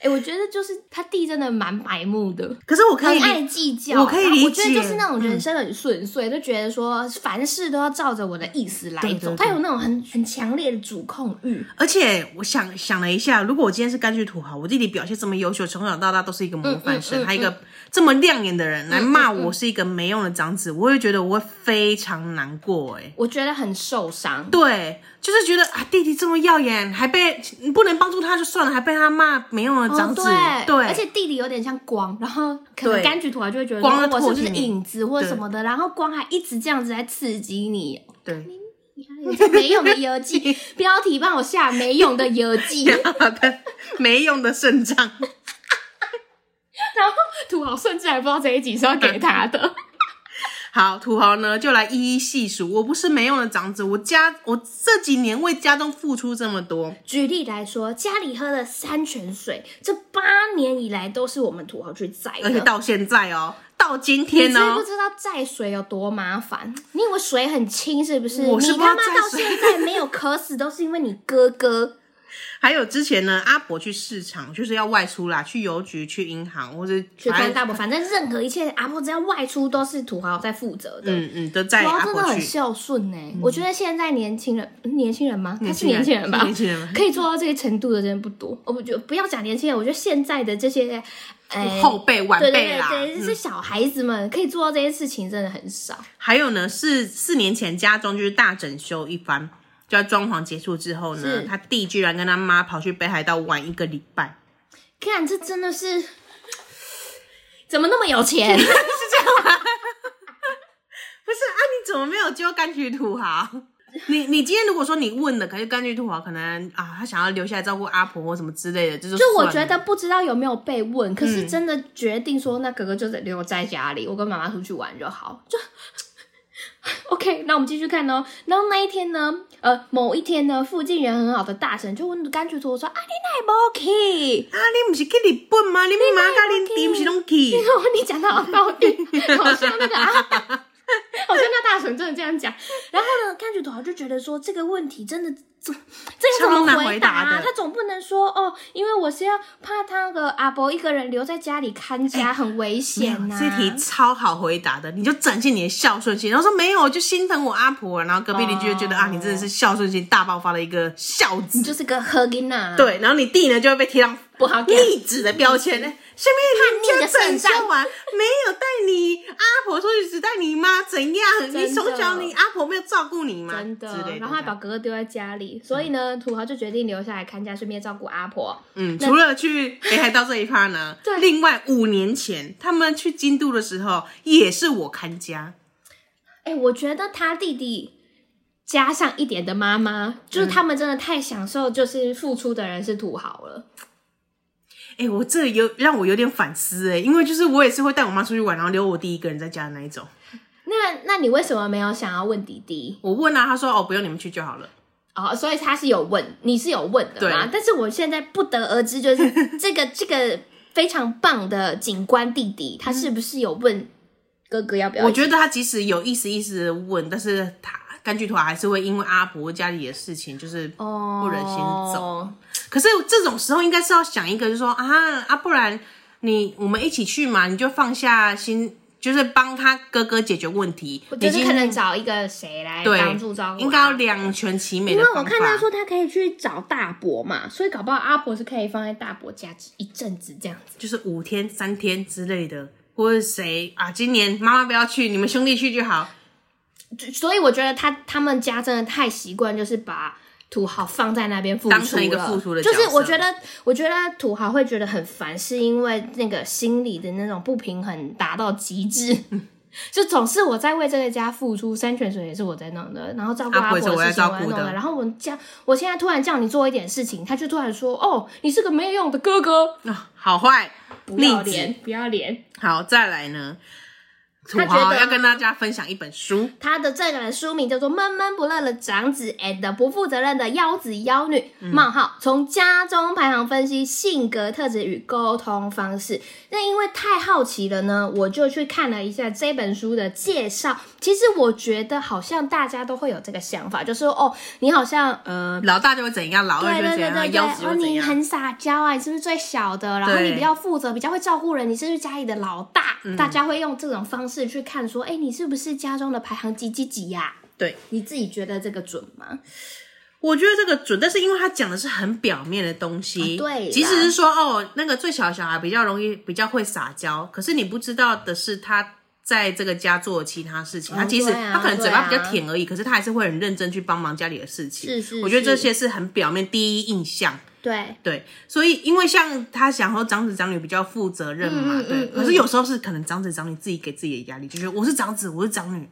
S1: 哎、我觉得就是他弟真的蛮白目的，
S2: 可是我可以
S1: 很爱
S2: 理，
S1: 计较。
S2: 我可以理解
S1: 我觉得就是那种人生很顺遂，就觉得说凡事都要照着我的意思来走。
S2: 对对对
S1: 他有那种很很强烈的主控欲，
S2: 而且我想想了一下，如果我今天是柑橘土豪，我弟弟表现这么优秀，从小到大都是一个模范
S1: 嗯
S2: 生，
S1: 嗯嗯
S2: 他一个这么亮眼的人来骂我是一个没用的长子，我会觉得我会非常难过、哎。
S1: 我觉得很受伤。哦
S2: 对，就是觉得啊，弟弟这么耀眼，还被你不能帮助他就算了，还被他骂没用的长子，
S1: 哦、对，
S2: 对，
S1: 而且弟弟有点像光，然后可能
S2: 对
S1: 柑橘土豪就会觉得哦
S2: 光的
S1: 我是不
S2: 唾弃
S1: 是
S2: 你
S1: 影子或者
S2: 对
S1: 什么的，然后光还一直这样子在刺激你，哎
S2: 对，
S1: 没用的游 记，标题帮我下没用的游 记。
S2: 好的， 没用的肾脏，
S1: 然后土豪甚至还不知道这一集是要给他的。
S2: 好，土豪呢就来一一细数。我不是没用的长子，我家我这几年为家中付出这么多，
S1: 举例来说，家里喝的山泉水，这八年以来都是我们土豪去载的，
S2: 而且到现在哦，到今
S1: 你
S2: 天
S1: 知不
S2: 哦，
S1: 知道载水有多麻烦？你以为水很轻是不是？
S2: 我是
S1: 你
S2: 不知道
S1: 他妈到
S2: 载水
S1: 现在没有渴死，都是因为你哥 哥。
S2: 还有之前呢，阿伯去市场就是要外出啦，去邮局、去银行或者
S1: 去
S2: 反
S1: 看
S2: 正
S1: 大伯，反正任何一切阿婆只要外出都是土豪在负责的。
S2: 嗯嗯，都在
S1: 土
S2: 阿
S1: 豪真的
S2: 伯
S1: 很
S2: 去。嗯
S1: 孝顺呢、我觉得现在年轻人，嗯年轻人吗？他是年轻
S2: 年轻
S1: 人
S2: 人
S1: 吧？
S2: 是年轻人吗
S1: 可以做到这个程度的人不多。哦我不觉不要讲年轻人，我觉得现在的这些，哎、
S2: 后辈晚
S1: 对
S2: 辈
S1: 对
S2: 啦，嗯
S1: 对对，是小孩子们可以做到这些事情真的很少。
S2: 还有呢，是四年前家中就是大整修一番，就在装潢结束之后呢
S1: 是，
S2: 他弟居然跟他妈跑去北海道玩一个礼拜，
S1: 看，这真的是怎么那么有钱？
S2: 不是啊？你怎么没有揪柑橘土 豪？你你今天如果说你问了，可是柑橘土豪可能啊，他想要留下来照顾阿婆或什么之类的，这 就
S1: 就我
S2: 算
S1: 觉
S2: 了嗯
S1: 得不知道有没有被问，可是真的决定说，那哥哥就得留在家里，我跟妈妈出去玩就好。就 OK，那我们继续看哦。然后那一天呢，呃，某一天呢，附近人很好的大婶就问柑橘头说：“啊，你奈不去？
S2: 啊，你不是去日本吗？你妈甲恁弟不是拢去
S1: 你？说你讲到好到底， 好像那个啊。 好像那大婶真的这样讲，然后呢，柑橘头就觉得说这个问题真的怎这
S2: 超
S1: 个怎
S2: 难
S1: 么
S2: 回
S1: 答、
S2: 答
S1: 啊
S2: 的？
S1: 他总不能说哦，因为我是要怕他那个阿伯一个人留在家里看家、很危险啊呐、
S2: 哎这题超好回答的，你就展现你的孝顺心，然后说没有，我就心疼我阿婆，然后隔壁邻居就觉得、
S1: 哦
S2: 啊，你真的是孝顺心大爆发的一个孝子
S1: 你。就是个喝金呐，，
S2: 对，然后你弟呢就会被贴上
S1: 不好讲。
S2: 逆子的标签呢，下面
S1: 叛逆
S2: 人
S1: 的
S2: 家
S1: 圣
S2: 整
S1: 战
S2: 修完没有带你阿婆出去，只带你妈，怎样？
S1: 的
S2: 你从小你阿婆没有照顾你吗？
S1: 真
S2: 之类
S1: 的，然后还把哥哥丢在家里，所以呢，土豪就决定留下来看家，顺便照顾阿婆。
S2: 嗯，除了去北海道这一趴呢，
S1: 对
S2: 另外五年前他们去京都的时候，也是我看家，
S1: 哎、我觉得他弟弟加上一点的妈妈，
S2: 嗯
S1: 就是他们真的太享受，就是付出的人是土豪了。
S2: 哎、我这有让我有点反思哎、因为就是我也是会带我妈出去玩，然后留我弟一个人在家的那一种。
S1: 那那你为什么没有想要问弟弟？
S2: 我问啊，他说哦，不用你们去就好了。
S1: 哦，所以他是有问，你是有问的嘛
S2: 对？
S1: 但是我现在不得而知，就是这个这个非常棒的警官弟弟，他是不是有问哥哥要不要
S2: 嗯我
S1: 一起？
S2: 觉得他即使有意思意思的问，但是他柑橘头还是会因为阿伯家里的事情，就是
S1: 哦，
S2: 不忍心走。可是这种时候应该是要想一个，就是说啊啊，不然你我们一起去嘛，你就放下心，就是帮他哥哥解决问题。
S1: 就
S2: 已
S1: 是
S2: 经
S1: 可能找一个谁来帮助照
S2: 对，
S1: 顾，
S2: 应该要。两全其美
S1: 因
S2: 的
S1: 为
S2: 方法。
S1: 我看他说他可以去找大伯嘛，所以搞不好阿伯是可以放在大伯家一阵子这样子。
S2: 就是五天、三天之类的，或者谁啊，今年妈妈不要去，你们兄弟去就好。
S1: 就所以我觉得他他们家真的太习惯，就是把土豪放在那边付出了
S2: 当成一个付出的角
S1: 就
S2: 色
S1: 是我觉得，我觉得土豪会觉得很烦，是因为那个心理的那种不平衡达到极致。
S2: 嗯
S1: 就总是我在为这个家付出，山泉水也是我在弄的，然后照顾
S2: 阿
S1: 阿
S2: 婆
S1: 婆
S2: 也是
S1: 的
S2: 我在
S1: 事情
S2: 照
S1: 我在
S2: 顾
S1: 弄
S2: 的
S1: 的，然后我叫我现在突然叫你做一点事情，他就突然说：“哦，你是个没有用的哥哥，
S2: 啊，好坏，
S1: 不要
S2: 例子
S1: 脸，不要脸。”
S2: 好，再来呢，土
S1: 他觉
S2: 豪
S1: 得
S2: 要跟大家分享一本书，
S1: 他的这本书名叫做《闷闷不乐的长子 and 不负责任的幺子幺女》冒号从家中排行分析性格特质与沟通方式。那因为太好奇了呢，我就去看了一下这本书的介绍。其实我觉得好像大家都会有这个想法，就是哦，你好像呃。
S2: 老大就会怎样，老二
S1: 对
S2: 就
S1: 对
S2: 会
S1: 对
S2: 怎
S1: 对对，
S2: 样，幺子就
S1: 哦，
S2: 会怎
S1: 你
S2: 样。
S1: 很撒娇啊，你是不是最小的？然后
S2: 对嗯
S1: 你比较负责，比较会照顾人，你是不是家里的老大？大家会用这种方式去看，说，哎，你是不是家中的排行几几几呀、
S2: 对，
S1: 你自己觉得这个准吗？
S2: 我觉得这个准，但是因为他讲的是很表面的东西，
S1: 啊对啦
S2: 即使是说哦，那个最小的小孩比较容易，比较会撒娇，可是你不知道的是他。在这个家做的其他事情，
S1: 哦
S2: 他即使
S1: 对啊
S2: 他可能嘴巴比
S1: 对啊
S2: 较甜而已，可是他还是会很认真去帮忙家里的事情。
S1: 是是
S2: 我觉得这
S1: 是
S2: 些是很表面第一印象。
S1: 对，
S2: 对，所以因为像他想说长子长女比较负责任嘛，
S1: 嗯嗯
S2: 对。
S1: 嗯
S2: 可是有时候是可能长子长女自己给自己的压力，就觉得我是长子，我是长女，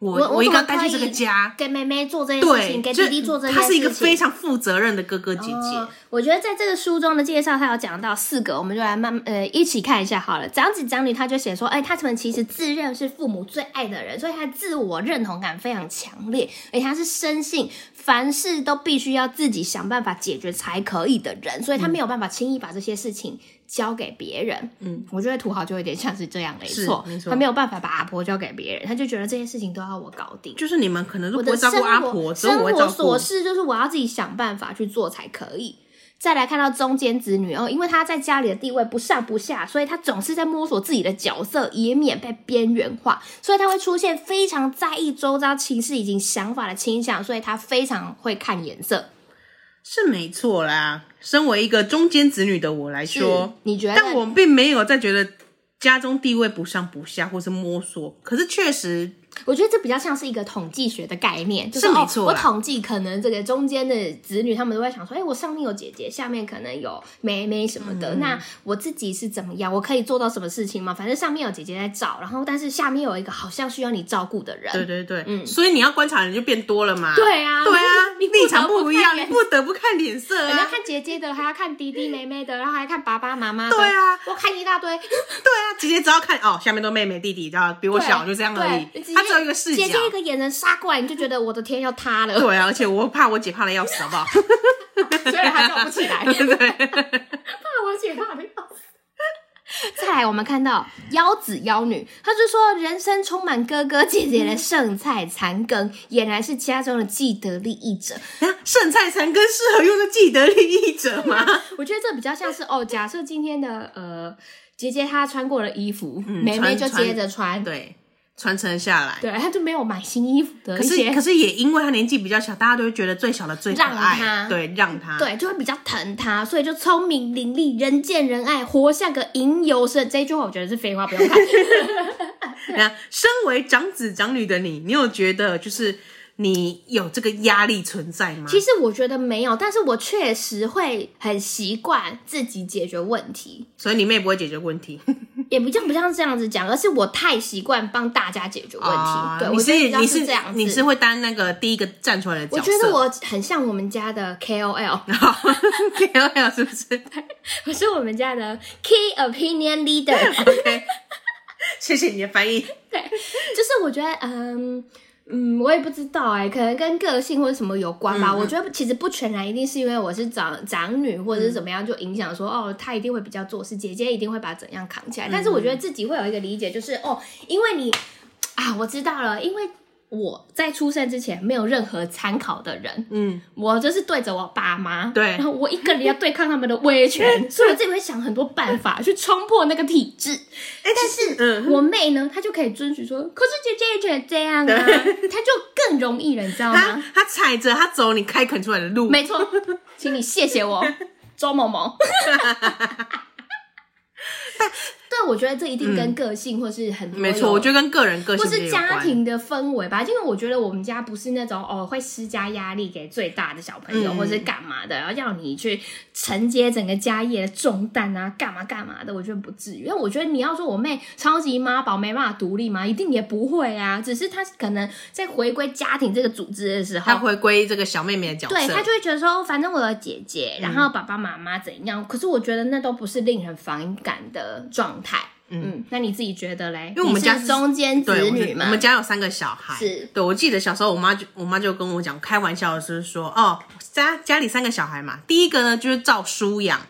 S2: 我
S1: 我我
S2: 应
S1: 怎么
S2: 该担心这
S1: 可以
S2: 个家。
S1: 给妹妹做这件事
S2: 对
S1: 情，，给
S2: 就
S1: 弟弟做这件
S2: 他
S1: 事情，
S2: 是一个非常负责任的哥哥姐姐。
S1: 哦我觉得在这个书中的介绍，他有讲到四个，我们就来慢呃一起看一下好了。长子长女，他就写说，哎，他们其实自认是父母最爱的人，所以他自我认同感非常强烈，而且他是深信凡事都必须要自己想办法解决才可以的人，所以他没有办法轻易把这些事情。交给别人，嗯，我觉得土豪就有点像是这样，没
S2: 是
S1: 错，
S2: 没错
S1: 他没有办法把阿婆交给别人，他就觉得这些事情都要我搞定。
S2: 就是你们可能都
S1: 我
S2: 不
S1: 的
S2: 会照
S1: 生
S2: 顾
S1: 活
S2: 阿婆，只有
S1: 生
S2: 我会
S1: 活
S2: 照顾
S1: 琐。事就是我要自己想办法去做才可以。再来看到中间子女哦，因为她在家里的地位不上不下，所以她总是在摸索自己的角色，以免被边缘化，所以她会出现非常在意周遭情势以及想法的倾向，所以她非常会看颜色。
S2: 是没错啦。身为一个中间子女的我来
S1: 是
S2: 说，
S1: 嗯你觉得？
S2: 但我并没有在觉得家中地位不上不下或是摸索，可是确实
S1: 我觉得这比较像是一个统计学的概念，就是
S2: 是没
S1: 哦
S2: 错
S1: 我
S2: 啦
S1: 统计可能这个中间的子女，他们都会想说，哎、我上面有姐姐，下面可能有妹妹什么
S2: 嗯
S1: 的，那我自己是怎么样？我可以做到什么事情吗？反正上面有姐姐在照，然后但是下面有一个好像需要你照顾的人，
S2: 对对对，
S1: 嗯
S2: 所以你要观察的人就变多了嘛。
S1: 对啊
S2: 对啊，
S1: 你不
S2: 立场
S1: 得不
S2: 不一样，
S1: 看
S2: 你
S1: 脸
S2: 不得不看脸色
S1: 人家
S2: 啊。
S1: 看姐姐的，还要看弟弟妹妹的，然后还要看爸爸妈妈的，
S2: 对啊，
S1: 我看一大堆，
S2: 对啊，姐姐只要看哦，下面都妹妹弟弟，然后比我小，就这样而已
S1: 啊对。
S2: 他只有一个视角
S1: 姐。姐一个眼神杀过来，你就觉得我的天要塌了，
S2: 对啊，而且我怕我姐怕的要死，好 不好？
S1: 虽然还叫不起 来。
S2: 对，
S1: 怕我姐怕的要死。 再来，我们看到妖子妖女，她就说人生充满哥哥姐姐的剩菜残羹，俨然是家中的既得利益者。
S2: 剩菜残羹适合用在既得利益者吗？
S1: 我觉得这比较像是哦，假设今天的呃姐姐她穿过的衣服，
S2: 嗯
S1: 妹妹就
S2: 穿穿
S1: 接着穿，
S2: 对，传承下来。
S1: 对，她就没有买新衣服的
S2: 可
S1: 一
S2: 是
S1: 些
S2: 可，是也因为他年纪比较小，大家都会觉得最小的最可
S1: 让
S2: 爱，
S1: 他
S2: 对，让他。
S1: 对，就会比较疼她，所以就聪明伶俐，人见人爱，活像个吟游生。这一句话我觉得是废话，不用看。
S2: 那身为长子长女的你，你有觉得就是你有这个压力存在吗？
S1: 其实我觉得没有，但是我确实会很习惯自己解决问 题，
S2: 所以你们也不会解决问题。
S1: 也不像不像这样子讲，而是我太习惯帮大家解决问题。
S2: 啊
S1: 对，
S2: 你
S1: 我觉得比较
S2: 你
S1: 这样子。
S2: 你是会担那个第一个站出来的角
S1: 我
S2: 色。
S1: 觉 得我很像我们家的 KOL，
S2: K O L 是不是
S1: 我是我们家的 Key Opinion Leader，
S2: ？OK，谢谢你的翻译。
S1: 就是我觉得，嗯嗯，我也不知道哎、可能跟个性或者什么有关吧。我觉得其实不全然一定是因为我是长长女或者是怎么样，就影响说、哦，她一定会比较做事，姐姐一定会把怎样扛起来。但是我觉得自己会有一个理解，就是哦，因为你啊，我知道了，因为。我在出生之前没有任何参考的人，
S2: 嗯，
S1: 我就是对着我爸妈，
S2: 对
S1: 然后我一个人要对抗他们的威权，所以我自己会想很多办法去冲破那个体制。哎但是、
S2: 嗯
S1: 我妹呢，她就可以遵循说，可是姐姐也觉得这样啊，
S2: 对
S1: 她就更容易了，你知道
S2: 他
S1: 吗？
S2: 他踩着他走你开垦出来的路，
S1: 没错，请你谢谢我，周某 某。对，我觉得这一定跟个性或是很多
S2: 没错，
S1: 有
S2: 我觉得跟个人个
S1: 或
S2: 性
S1: 是
S2: 也有
S1: 家
S2: 关。
S1: 庭的氛围吧，因为我觉得我们家不是那种哦会施加压力给最大的小朋友，
S2: 嗯
S1: 或是干嘛的，然后要你去承接整个家业的重担啊，干嘛干嘛的，我觉得不至于。因为我觉得你要说我妹超级妈宝没办法独立嘛，一定也不会啊，只是她可能在回归家庭这个组织的时
S2: 他
S1: 候。
S2: 回归这个小嗯妹妹的角色，
S1: 对她就会觉得说，哦反正我有姐姐，然后爸爸妈妈怎样？可是我觉得那都不是令人反感的状态。嗯那你自己觉得嘞？因
S2: 为我们家是
S1: 中间子
S2: 对，我
S1: 女
S2: 们
S1: 嘛，
S2: 我们家有三个小孩，
S1: 是
S2: 对。我记得小时候，我妈就我妈就跟我讲，开玩笑的是说，哦，家家里三个小孩嘛，第一个呢就是照书养，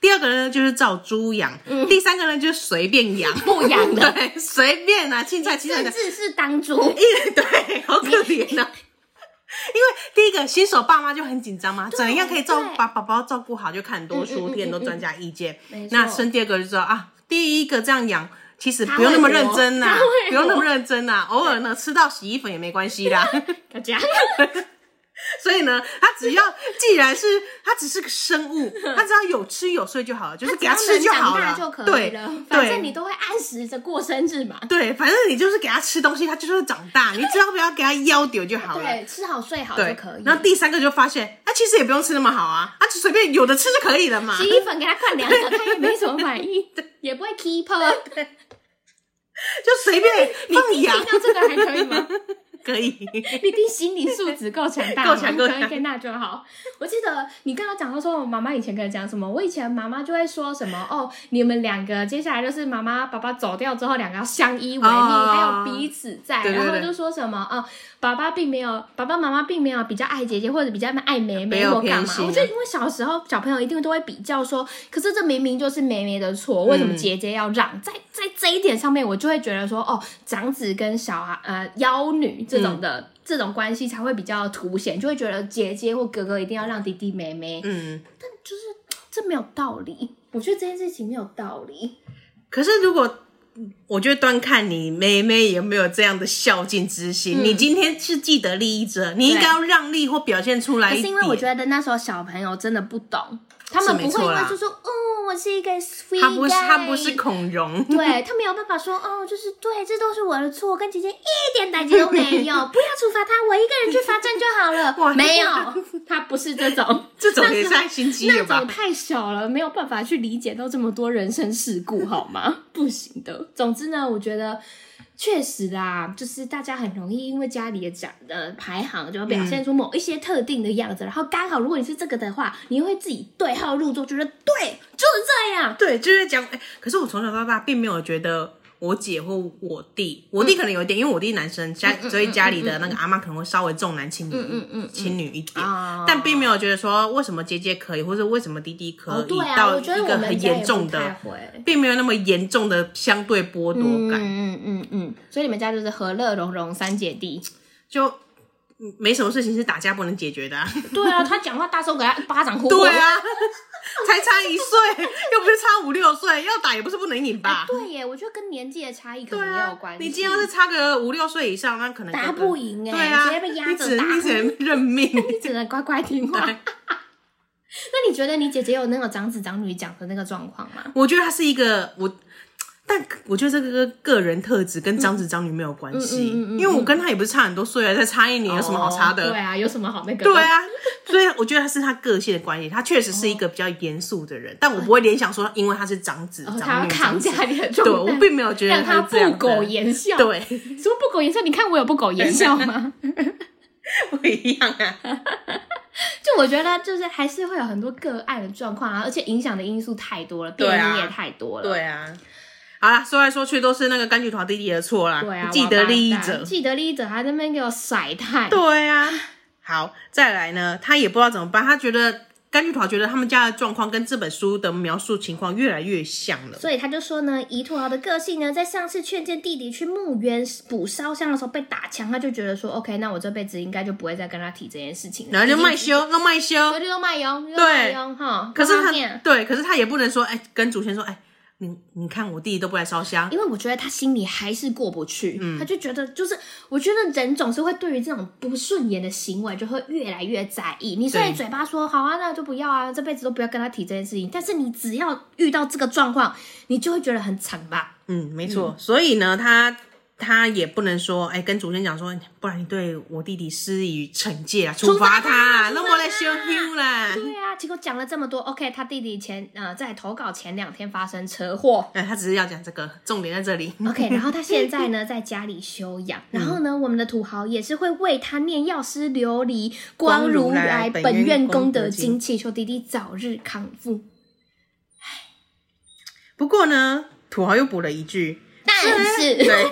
S2: 第二个呢就是照猪养，第三个呢就是随便养，
S1: 不嗯 养 的
S2: 对，随便啊，青菜青菜
S1: 甚
S2: 的，
S1: 至是当猪。
S2: 一对，好可怜呐、因为第一个新手爸妈就很紧张嘛，怎样可以照
S1: 对
S2: 把宝宝照顾好，就看很多
S1: 嗯
S2: 书，
S1: 嗯嗯
S2: 听很多专家意见。
S1: 没错
S2: 那生第二个就知道啊，第一个这样养，其实
S1: 他
S2: 不用那么
S1: 会活
S2: 认真呐、
S1: 他会
S2: 不用那
S1: 活
S2: 么认 真呐、偶尔呢吃到洗衣粉也没关系啦。
S1: 大家
S2: 所以呢，他只要既然是他只是个生物， 他只要有吃有睡就好了，就是给他吃
S1: 能长
S2: 好
S1: 大
S2: 了，
S1: 就可以
S2: 对
S1: 了，反正
S2: 对
S1: 你都会按时着过生日嘛。
S2: 对，反正你就是给他吃东西，他就是会长 大，你只要不要给他腰丢就好了。
S1: 对，吃好睡好
S2: 对，
S1: 就可以。
S2: 然后第三个就发现，啊，其实也不用吃那么好啊，啊，就随便有的吃就可以了嘛。
S1: 洗衣粉给他灌两 个，他也没什么反应，也不会啊 keep。
S2: 就随便
S1: 你
S2: 放
S1: 弟听
S2: 羊。
S1: 到这个还可以吗？
S2: 可以，
S1: 你一定心理素质够强大，
S2: 够强够强
S1: 可以那就好。我记得你刚刚讲到说，我妈妈以前跟你讲什么？我以前妈妈就会说什么哦，你们两个接下来就是妈妈爸爸走掉之后，两个要相依为命，
S2: 哦
S1: 还有彼此在，
S2: 对对对
S1: 然后就说什么哦，爸爸并没有，爸爸妈妈并没有比较爱姐姐或者比较爱妹
S2: 没
S1: 妹
S2: 有
S1: 或干
S2: 偏
S1: 嘛？
S2: 心啊
S1: 我觉得因为小时候小朋友一定都会比较说，可是这明明就是妹妹的错，为什么
S2: 嗯
S1: 姐姐要让？在在这一点上面，我就会觉得说，哦，长子跟小孩呃幺女这种的、这种关系才会比较凸显，就会觉得姐姐或哥哥一定要让弟弟妹妹，
S2: 嗯。
S1: 但就是这没有道理。我觉得这件事情没有道理，
S2: 可是如果嗯我觉得端看你妹妹有没有这样的孝敬之心。
S1: 嗯
S2: 你今天是既得利益者，你应该要让利或表现出来
S1: 可
S2: 一
S1: 是
S2: 点。
S1: 因为我觉得那时候小朋友真的不懂，他们不会
S2: 是没
S1: 因
S2: 错啦
S1: 为就说，哦，我是一个 free
S2: 他不是
S1: guy
S2: 他不是 孔融，
S1: 对他没有办法说哦，就是对，这都是我的错，我跟姐姐一点打击都没 有，不要处罚他，我一个人去罚站就好
S2: 哇
S1: 了。没有，他不是这种，
S2: 这种也
S1: 那
S2: 太心机
S1: 那
S2: 了
S1: 种
S2: 吧？
S1: 太小了，没有办法去理解到这么多人生世故，好吗？ 不行的。总之呢，我觉得确实啦，就是大家很容易因为家里的长呃排行，就表现出某一些特定的样子，然后刚好如果你是这个的话，你会自己对号入座，觉得对，就是这样。
S2: 对，就是讲。哎可是我从小到大并没有觉得。我姐或我弟，我
S1: 嗯
S2: 弟可能有一点，因为我弟男生家，所以家里的那个阿妈可能会稍微重男轻女，
S1: 嗯嗯
S2: 轻女一点，
S1: 啊
S2: 但并没有觉得说为什么姐姐可以，或者为什么弟弟可
S1: 哦，
S2: 以，
S1: 对啊，
S2: 到
S1: 我
S2: 一
S1: 觉得我
S2: 个
S1: 们
S2: 很
S1: 家也
S2: 严
S1: 不
S2: 重
S1: 太
S2: 的，
S1: 会
S2: 并没有那么严重的相对剥夺
S1: 嗯
S2: 感。
S1: 嗯嗯嗯，所以你们家就是和乐融融三姐弟。
S2: 就嗯没什么事情是打架不能解决的、啊。
S1: 对啊，他讲话大声，给他一巴掌呼。
S2: 对，啊，才差一岁，又不是差五六岁，要打也不是不能赢吧？
S1: 哎对耶，我觉得跟年纪的差异可
S2: 对
S1: 能也有
S2: 啊
S1: 关，系。
S2: 你今天要是差个五六岁以上，那可能
S1: 打
S2: 哥哥
S1: 不赢哎、
S2: 对啊，
S1: 直接被压
S2: 你只
S1: 着打，
S2: 能你只能认 命。
S1: 你只能乖乖听话。
S2: 对
S1: 那你觉得你姐姐有那个长子长女讲的那个状况吗？
S2: 我觉得他是一个我。但我觉得这个个人特质跟长子长女没有关系，
S1: 嗯嗯嗯嗯嗯
S2: 因为我跟他也不是差很多岁啊，才差一年，有什么好差
S1: 哦
S2: 的？
S1: 对啊，有什么好那个？
S2: 对，啊，所以我觉得他是他个性的关系，他确实是一个比较严肃的人，但我不会联想说，因为他是长子，
S1: 嗯哦、他
S2: 长
S1: 要
S2: 女，
S1: 扛
S2: 长子，
S1: 家里的重
S2: 对
S1: 担，
S2: 我并没有觉得
S1: 让他
S2: 是这样
S1: 不
S2: 的
S1: 苟言笑。，
S2: 对，
S1: 什么不苟言笑？你看我有不苟言笑吗？
S2: 不一 样啊，
S1: 就我觉得就是还是会有很多个案的状况啊，而且影响的因素太多了，
S2: 对啊
S1: 变异也太多了。
S2: 对啊。好啦，说来说去都是那个柑橘团弟弟的错啦，
S1: 对啊，
S2: 既得利益
S1: 王八蛋
S2: 者，
S1: 既得利益者还在那边给我甩炭。
S2: 对啊。好，再来呢，他也不知道怎么办，他觉得柑橘团觉得他们家的状况跟这本书的描述情况越来越像了。
S1: 所以他就说呢，怡土豪的个性呢，在上次劝谏弟弟去墓园补烧香的时候被打枪，他就觉得说，OK，那我这辈子应该就不会再跟他提这件事情了，
S2: 然后就卖
S1: 已经，
S2: 修，弄卖修，
S1: 对，就都卖佣，就都卖佣哈。
S2: 可是
S1: 妈妈
S2: 他
S1: 念
S2: 对，可是他也不能说，哎、跟祖先说，哎、你你看我弟弟都不来烧香，
S1: 因为我觉得他心里还是过不去，
S2: 嗯
S1: 他就觉得就是，我觉得人总是会对于这种不顺眼的行为就会越来越在意。你虽然
S2: 对
S1: 嘴巴说好啊，那就不要啊，这辈子都不要跟他提这件事情，但是你只要遇到这个状况，你就会觉得很惨吧？
S2: 嗯，没错。所以呢，他他也不能说，哎、跟祖先讲说，不然你对我弟弟施以惩戒啊，处
S1: 罚
S2: 罚
S1: 他
S2: 他啊，
S1: 处罚
S2: 那
S1: 他
S2: 我来修修啦。
S1: 对啊，结果讲了这么多，OK，他弟弟前呃在投稿前两天发生车祸，
S2: 哎、他只是要讲这个，重点在这里。
S1: OK，然后他现在呢在家里休养，
S2: 嗯
S1: 然后呢，我们的土豪也是会为他念药师琉璃光如来本愿功德经，祈求弟弟早日康复。
S2: 不过呢，土豪又补了一句，
S1: 但是
S2: 对，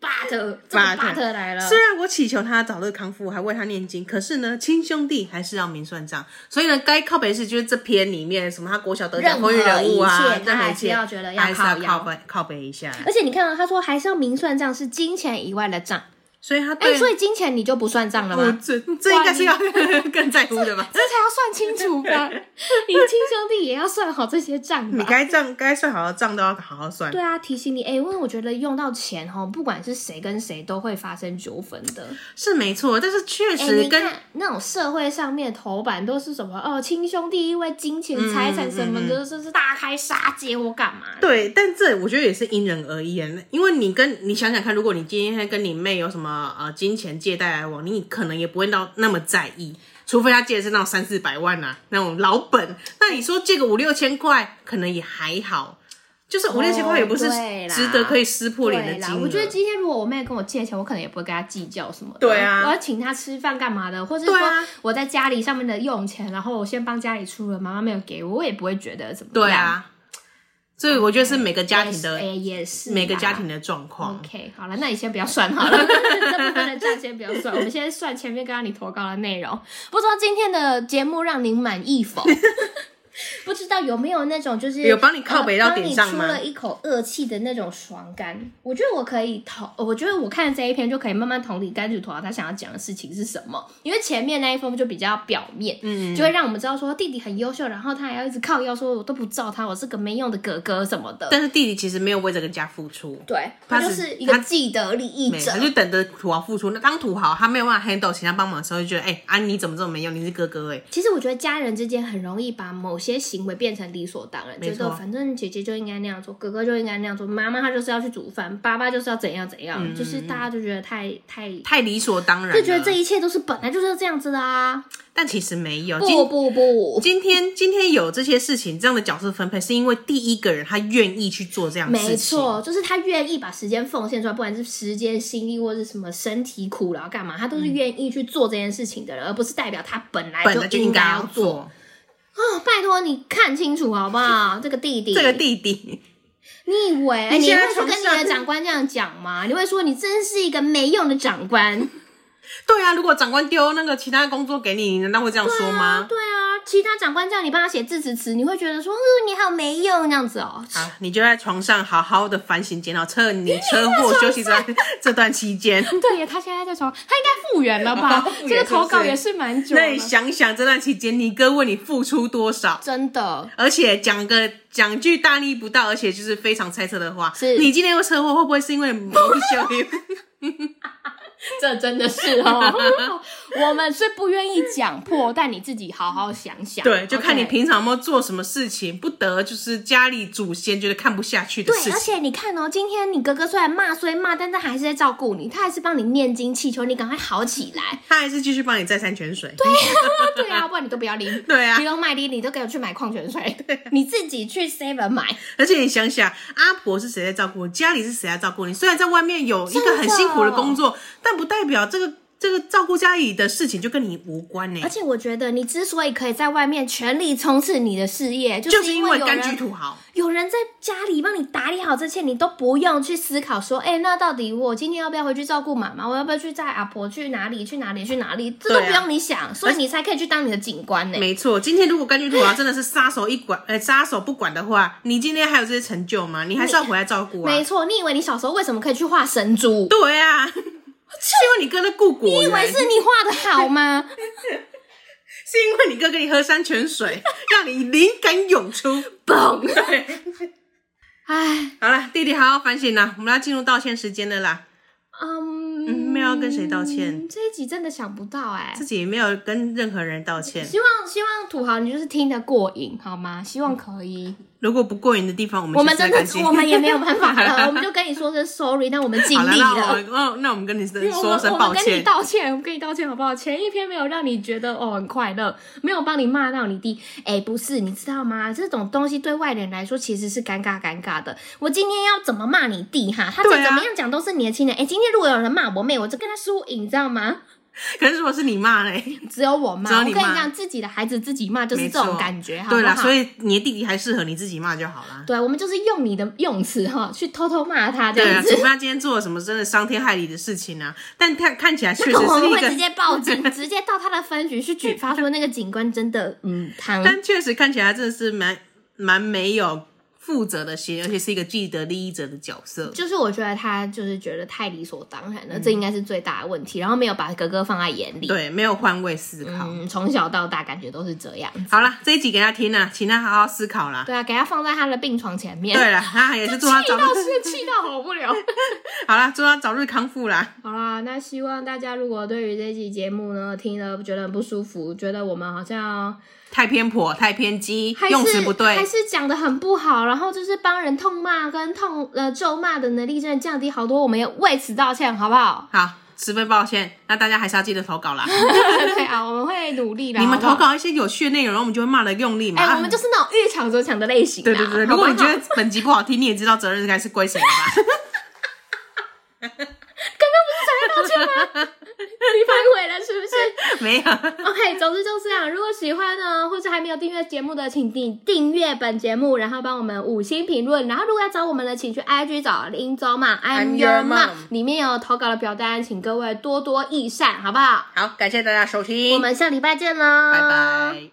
S1: ，but 这个
S2: But
S1: but 来了，
S2: 虽然我祈求他早日康复，还为他念经，可是呢，亲兄弟还是要明算账。所以呢，该靠北是就是这篇里面什么他国小得奖
S1: 任
S2: 风云人
S1: 何一
S2: 物啊
S1: 切，
S2: 任
S1: 他
S2: 何一
S1: 还是
S2: 切，
S1: 要觉得要
S2: 还是要
S1: 靠腰
S2: 靠北靠北一下。
S1: 而且你看到啊他说还是要明算账，是金钱以外的账。
S2: 所以他对
S1: 哎，所以金钱你就不算账了
S2: 我
S1: 吗？
S2: 这这应该是要 更在乎的吧？
S1: 这才要算清楚 吧？你亲兄弟也要算好这些账
S2: 你
S1: 吧？
S2: 该账该算好的账都要好好算。
S1: 对啊，提醒你，哎、因为我觉得用到钱哦，不管是谁跟谁都会发生纠纷的。
S2: 是没错，但是确
S1: 哎、
S2: 实
S1: 你
S2: 跟、
S1: 看那种社会上面头版都是什么哦，亲兄弟因为金钱、
S2: 嗯
S1: 财产什么的，就是大开杀戒或干嘛的。
S2: 对，但这我觉得也是因人而异啊。因为你跟你想想看，如果你今天跟你妹有什么呃金钱借贷来往，你可能也不会到那么在意，除非她借的是那种三四百万啊那种老本。那你说借个五六千块，可能也还好。就是五六千块也不是
S1: 哦对啦
S2: 值得可以撕破脸的
S1: 对啦
S2: 金，额。
S1: 我觉得今天如果我妹跟我借钱，我可能也不会跟她计较什么的。
S2: 对啊
S1: 我要请她吃饭干嘛的，或是说
S2: 对啊
S1: 我在家里上面的用钱，然后我先帮家里出了，妈妈没有给我，我也不会觉得怎么样。
S2: 对，啊，所以我觉得是每个家庭
S1: 哎
S2: 的
S1: 也是啦
S2: 每个家庭。的状况。
S1: OK，好了，那你先不要算好了， 这部分的账先不要算，我们先算前面刚刚你投稿的内容。不知道今天的节目让您满意否？ 不知道有没有那种就是
S2: 有帮你靠北到点上吗
S1: 呃帮你出了一口恶气的那种爽感，我觉得我可以同，呃我觉得我看这一篇就可以慢慢同理甘主头啊他想要讲的事情是什么，因为前面那一封就比较表面，嗯，就会让我们知道说弟弟很优秀，然后他还要一直靠腰说我都不照他，我是个没用的哥哥什么的，
S2: 但是弟弟其实没有为这个家付出，
S1: 对，
S2: 他
S1: 他就是是一个
S2: 他
S1: 既得利益
S2: 没，
S1: 者
S2: 他，就等着土豪付出。那当土豪他没有办法 handle 请他帮忙的时候，就觉得哎、啊你怎么这么没用？你是哥哥哎、
S1: 其实我觉得家人之间很容易把某些行为变成理所当然，
S2: 没
S1: 觉
S2: 错
S1: 得哦反正姐姐就应该那样做，哥哥就应该那样做，妈妈她就是要去煮饭，爸爸就是要怎样怎样，就是大家就觉得太太
S2: 嗯太理所当然了。
S1: 就觉得这一切都是本来就是这样子的啊！
S2: 但啊其实没有。今
S1: 不不不，
S2: 今天今天有这些事情，这样的角色分配，是因为第一个人他愿意去做这样的事情。
S1: 没错，就是他愿意把时间奉献出来，不管是时间、心力或者是什么身体苦劳干嘛，他都是愿意去做这件事情的人，而不是代表他本来
S2: 嗯本来就
S1: 应
S2: 应该
S1: 要
S2: 要
S1: 做。
S2: 做。
S1: 哦，拜托你看清楚好不好？这个弟弟，
S2: 这个弟弟，
S1: 你以为哎
S2: 你
S1: 你
S2: 现在
S1: 会去跟
S2: 床
S1: 你
S2: 上
S1: 的长官这样讲吗？你会说你真是一个没用的长官？
S2: 对啊，如果长官丢那个其他工作给你，你难道会这样说
S1: 啊，
S2: 吗？
S1: 对啊，其他长官叫你帮他写致辞词，你会觉得说，嗯，你好没用这样子哦。
S2: 啊，你就在床上好好的反省检讨，趁你 车祸休息这段这段期间，
S1: 对呀，他现在在床，他应该复原了吧
S2: 复？原
S1: 这个投
S2: 是不
S1: 稿
S2: 是
S1: 也是蛮久
S2: 那
S1: 了，
S2: 你想想这段期间你哥为你付出多少？
S1: 真的。
S2: 而且讲个讲句大逆不道，而且就是非常猜测的话，
S1: 是
S2: 你今天会车祸会不会是因为某一修
S1: 这真的是哦， 我们是不愿意讲破，但你自己好好想想。
S2: 对，就看你
S1: OK
S2: 平常有没有做什么事情，不得就是家里祖先觉得看不下去的事
S1: 对，而
S2: 情。
S1: 且你看哦，今天你哥哥虽然骂虽骂，但他还是在照顾你，他还是帮你念经祈求你赶快好起 来。
S2: 他还是继续帮你再三泉水。对
S1: 对啊，不然你都不要拎。
S2: 对啊
S1: 你，都卖力，你都给我去买矿泉水，你自己去 Seven 买，
S2: 而且你想想，阿婆是谁在照顾你？家里是谁在照顾你？虽然在外面有一个很辛苦的工作，但不代表这个这个照顾家里的事情就跟你无关呢、
S1: 而且我觉得你之所以可以在外面全力冲刺你的事业，就
S2: 就是是
S1: 因
S2: 因为
S1: 有
S2: 柑橘
S1: 人
S2: 土豪，
S1: 有人在家里帮你打理好这切，你都不用去思考说，哎、那到底我今天要不要回去照顾妈妈？我要不要去带阿婆去哪里？去哪里？去哪里？这都
S2: 对啊
S1: 不用你想，所以你才可以去当你的警官呢、
S2: 没错。今天如果柑橘土豪真的是撒手一管， 呃，撒手不管的话，你今天还有这些成就吗？你还是要回来照顾啊
S1: 没。错，你以为你小时候为什么可以去画神猪？
S2: 对啊，是因为你哥在顾果
S1: 你以
S2: 园，
S1: 为是你画的好吗？
S2: 是因为你哥给你喝山泉水， 让你灵感涌出。
S1: 嘣！
S2: 对，
S1: 哎，
S2: 好了，弟弟好好反省啦，我们要进入道歉时间的啦。
S1: 嗯，
S2: 嗯，没有要跟谁道歉，
S1: 这一集真的想不到哎、
S2: 自己没有跟任何人道歉。
S1: 希望希望土豪你就是听得过瘾好吗？希望可以。
S2: 如果不过瘾的地嗯方，我们
S1: 我们
S2: 下
S1: 真
S2: 次
S1: 的
S2: 再改进
S1: 我们也没有办法
S2: 好
S1: 了，
S2: 啦
S1: 我们就跟你说声 sorry，但我们尽
S2: 好了，
S1: 力
S2: 那我
S1: 了。
S2: 们哦，那我们跟你
S1: 因为 我
S2: 说
S1: 们
S2: 声
S1: 我们
S2: 抱
S1: 跟你
S2: 歉。
S1: 道歉，我们跟你道歉好不好？前一篇没有让你觉得哦很快乐，没有帮你骂到你弟。哎，不是，你知道吗？这种东西对外人来说其实是尴尬尴尬的。我今天要怎么骂你弟哈？他怎
S2: 对啊
S1: 怎么样讲都是你的亲人。哎，今天如果有人骂我妹，我就跟他输赢，你知道吗？
S2: 可是如果是你骂嘞，
S1: 只有我骂，
S2: 只有
S1: 我
S2: 你
S1: 跟你
S2: 骂
S1: 讲，自己的孩子自己骂就是
S2: 没
S1: 这种
S2: 错
S1: 感觉，好不好？
S2: 对啦，所以你的弟弟还适合你自己骂就好啦。
S1: 对，我们就是用你的用词哈，去偷偷骂他这
S2: 对
S1: 样
S2: 啊，
S1: 子
S2: 除。非他今天做了什么真的伤天害理的事情啊，但他看起来确实
S1: 我
S2: 是
S1: 们
S2: 一
S1: 会直
S2: 个，
S1: 接报警，直接到他的分局去举发，说那个警官真的 嗯贪。
S2: 但确实看起来真的是蛮蛮没有负责的心，而且是一个既得利益者的角色。
S1: 就是我觉得他就是觉得太理所当然了，这应该是最大的问题。然后没有把哥哥放在眼里，
S2: 嗯对，没有换位思考。
S1: 嗯，从小到大感觉都是这样。
S2: 好啦，这一集给他听啦，请他好好思考啦。
S1: 对啊，给他放在他的病床前面，
S2: 对了，他也是祝他
S1: 气
S2: 早日
S1: 到是气到好不了。
S2: 好啦，祝他早日康复啦。
S1: 好啦，那希望大家如果对于这期节目呢听了觉得很不舒服，觉得我们好像
S2: 太偏颇，太偏激
S1: 还，是
S2: 用词不
S1: 还
S2: 对。
S1: 是讲的很不好，然后就是帮人痛骂跟痛呃咒骂的能力真的降低好多，我们也为此道歉，好不好？
S2: 好，十分抱歉，那大家还是要记得投稿啦。
S1: 对啊，我们会努力啦。
S2: 你们
S1: 好不好
S2: 投稿一些有趣的内容，然后我们就会骂的用力嘛。
S1: 哎、
S2: 啊
S1: 我们就是那种遇强则强的类型、啊。
S2: 对对对，
S1: 好不
S2: 如果你
S1: 好
S2: 觉得本集不好听，你也知道责任应该是归谁了吧？
S1: 刚刚不是才道歉吗？你反悔了是不是
S2: 没有，
S1: ？OK，总之就是这样。如果喜欢呢，或是还没有订阅节目的，请订订阅本节目，然后帮我们五星评论。然后如果要找我们的，请去 IG 找林周嘛，I'm
S2: I'm your
S1: your
S2: mom
S1: mom，里面有投稿的表单，请各位多多益善，好不好？
S2: 好，感谢大家收
S1: 我
S2: 听，
S1: 们下礼拜见喽，
S2: 拜拜。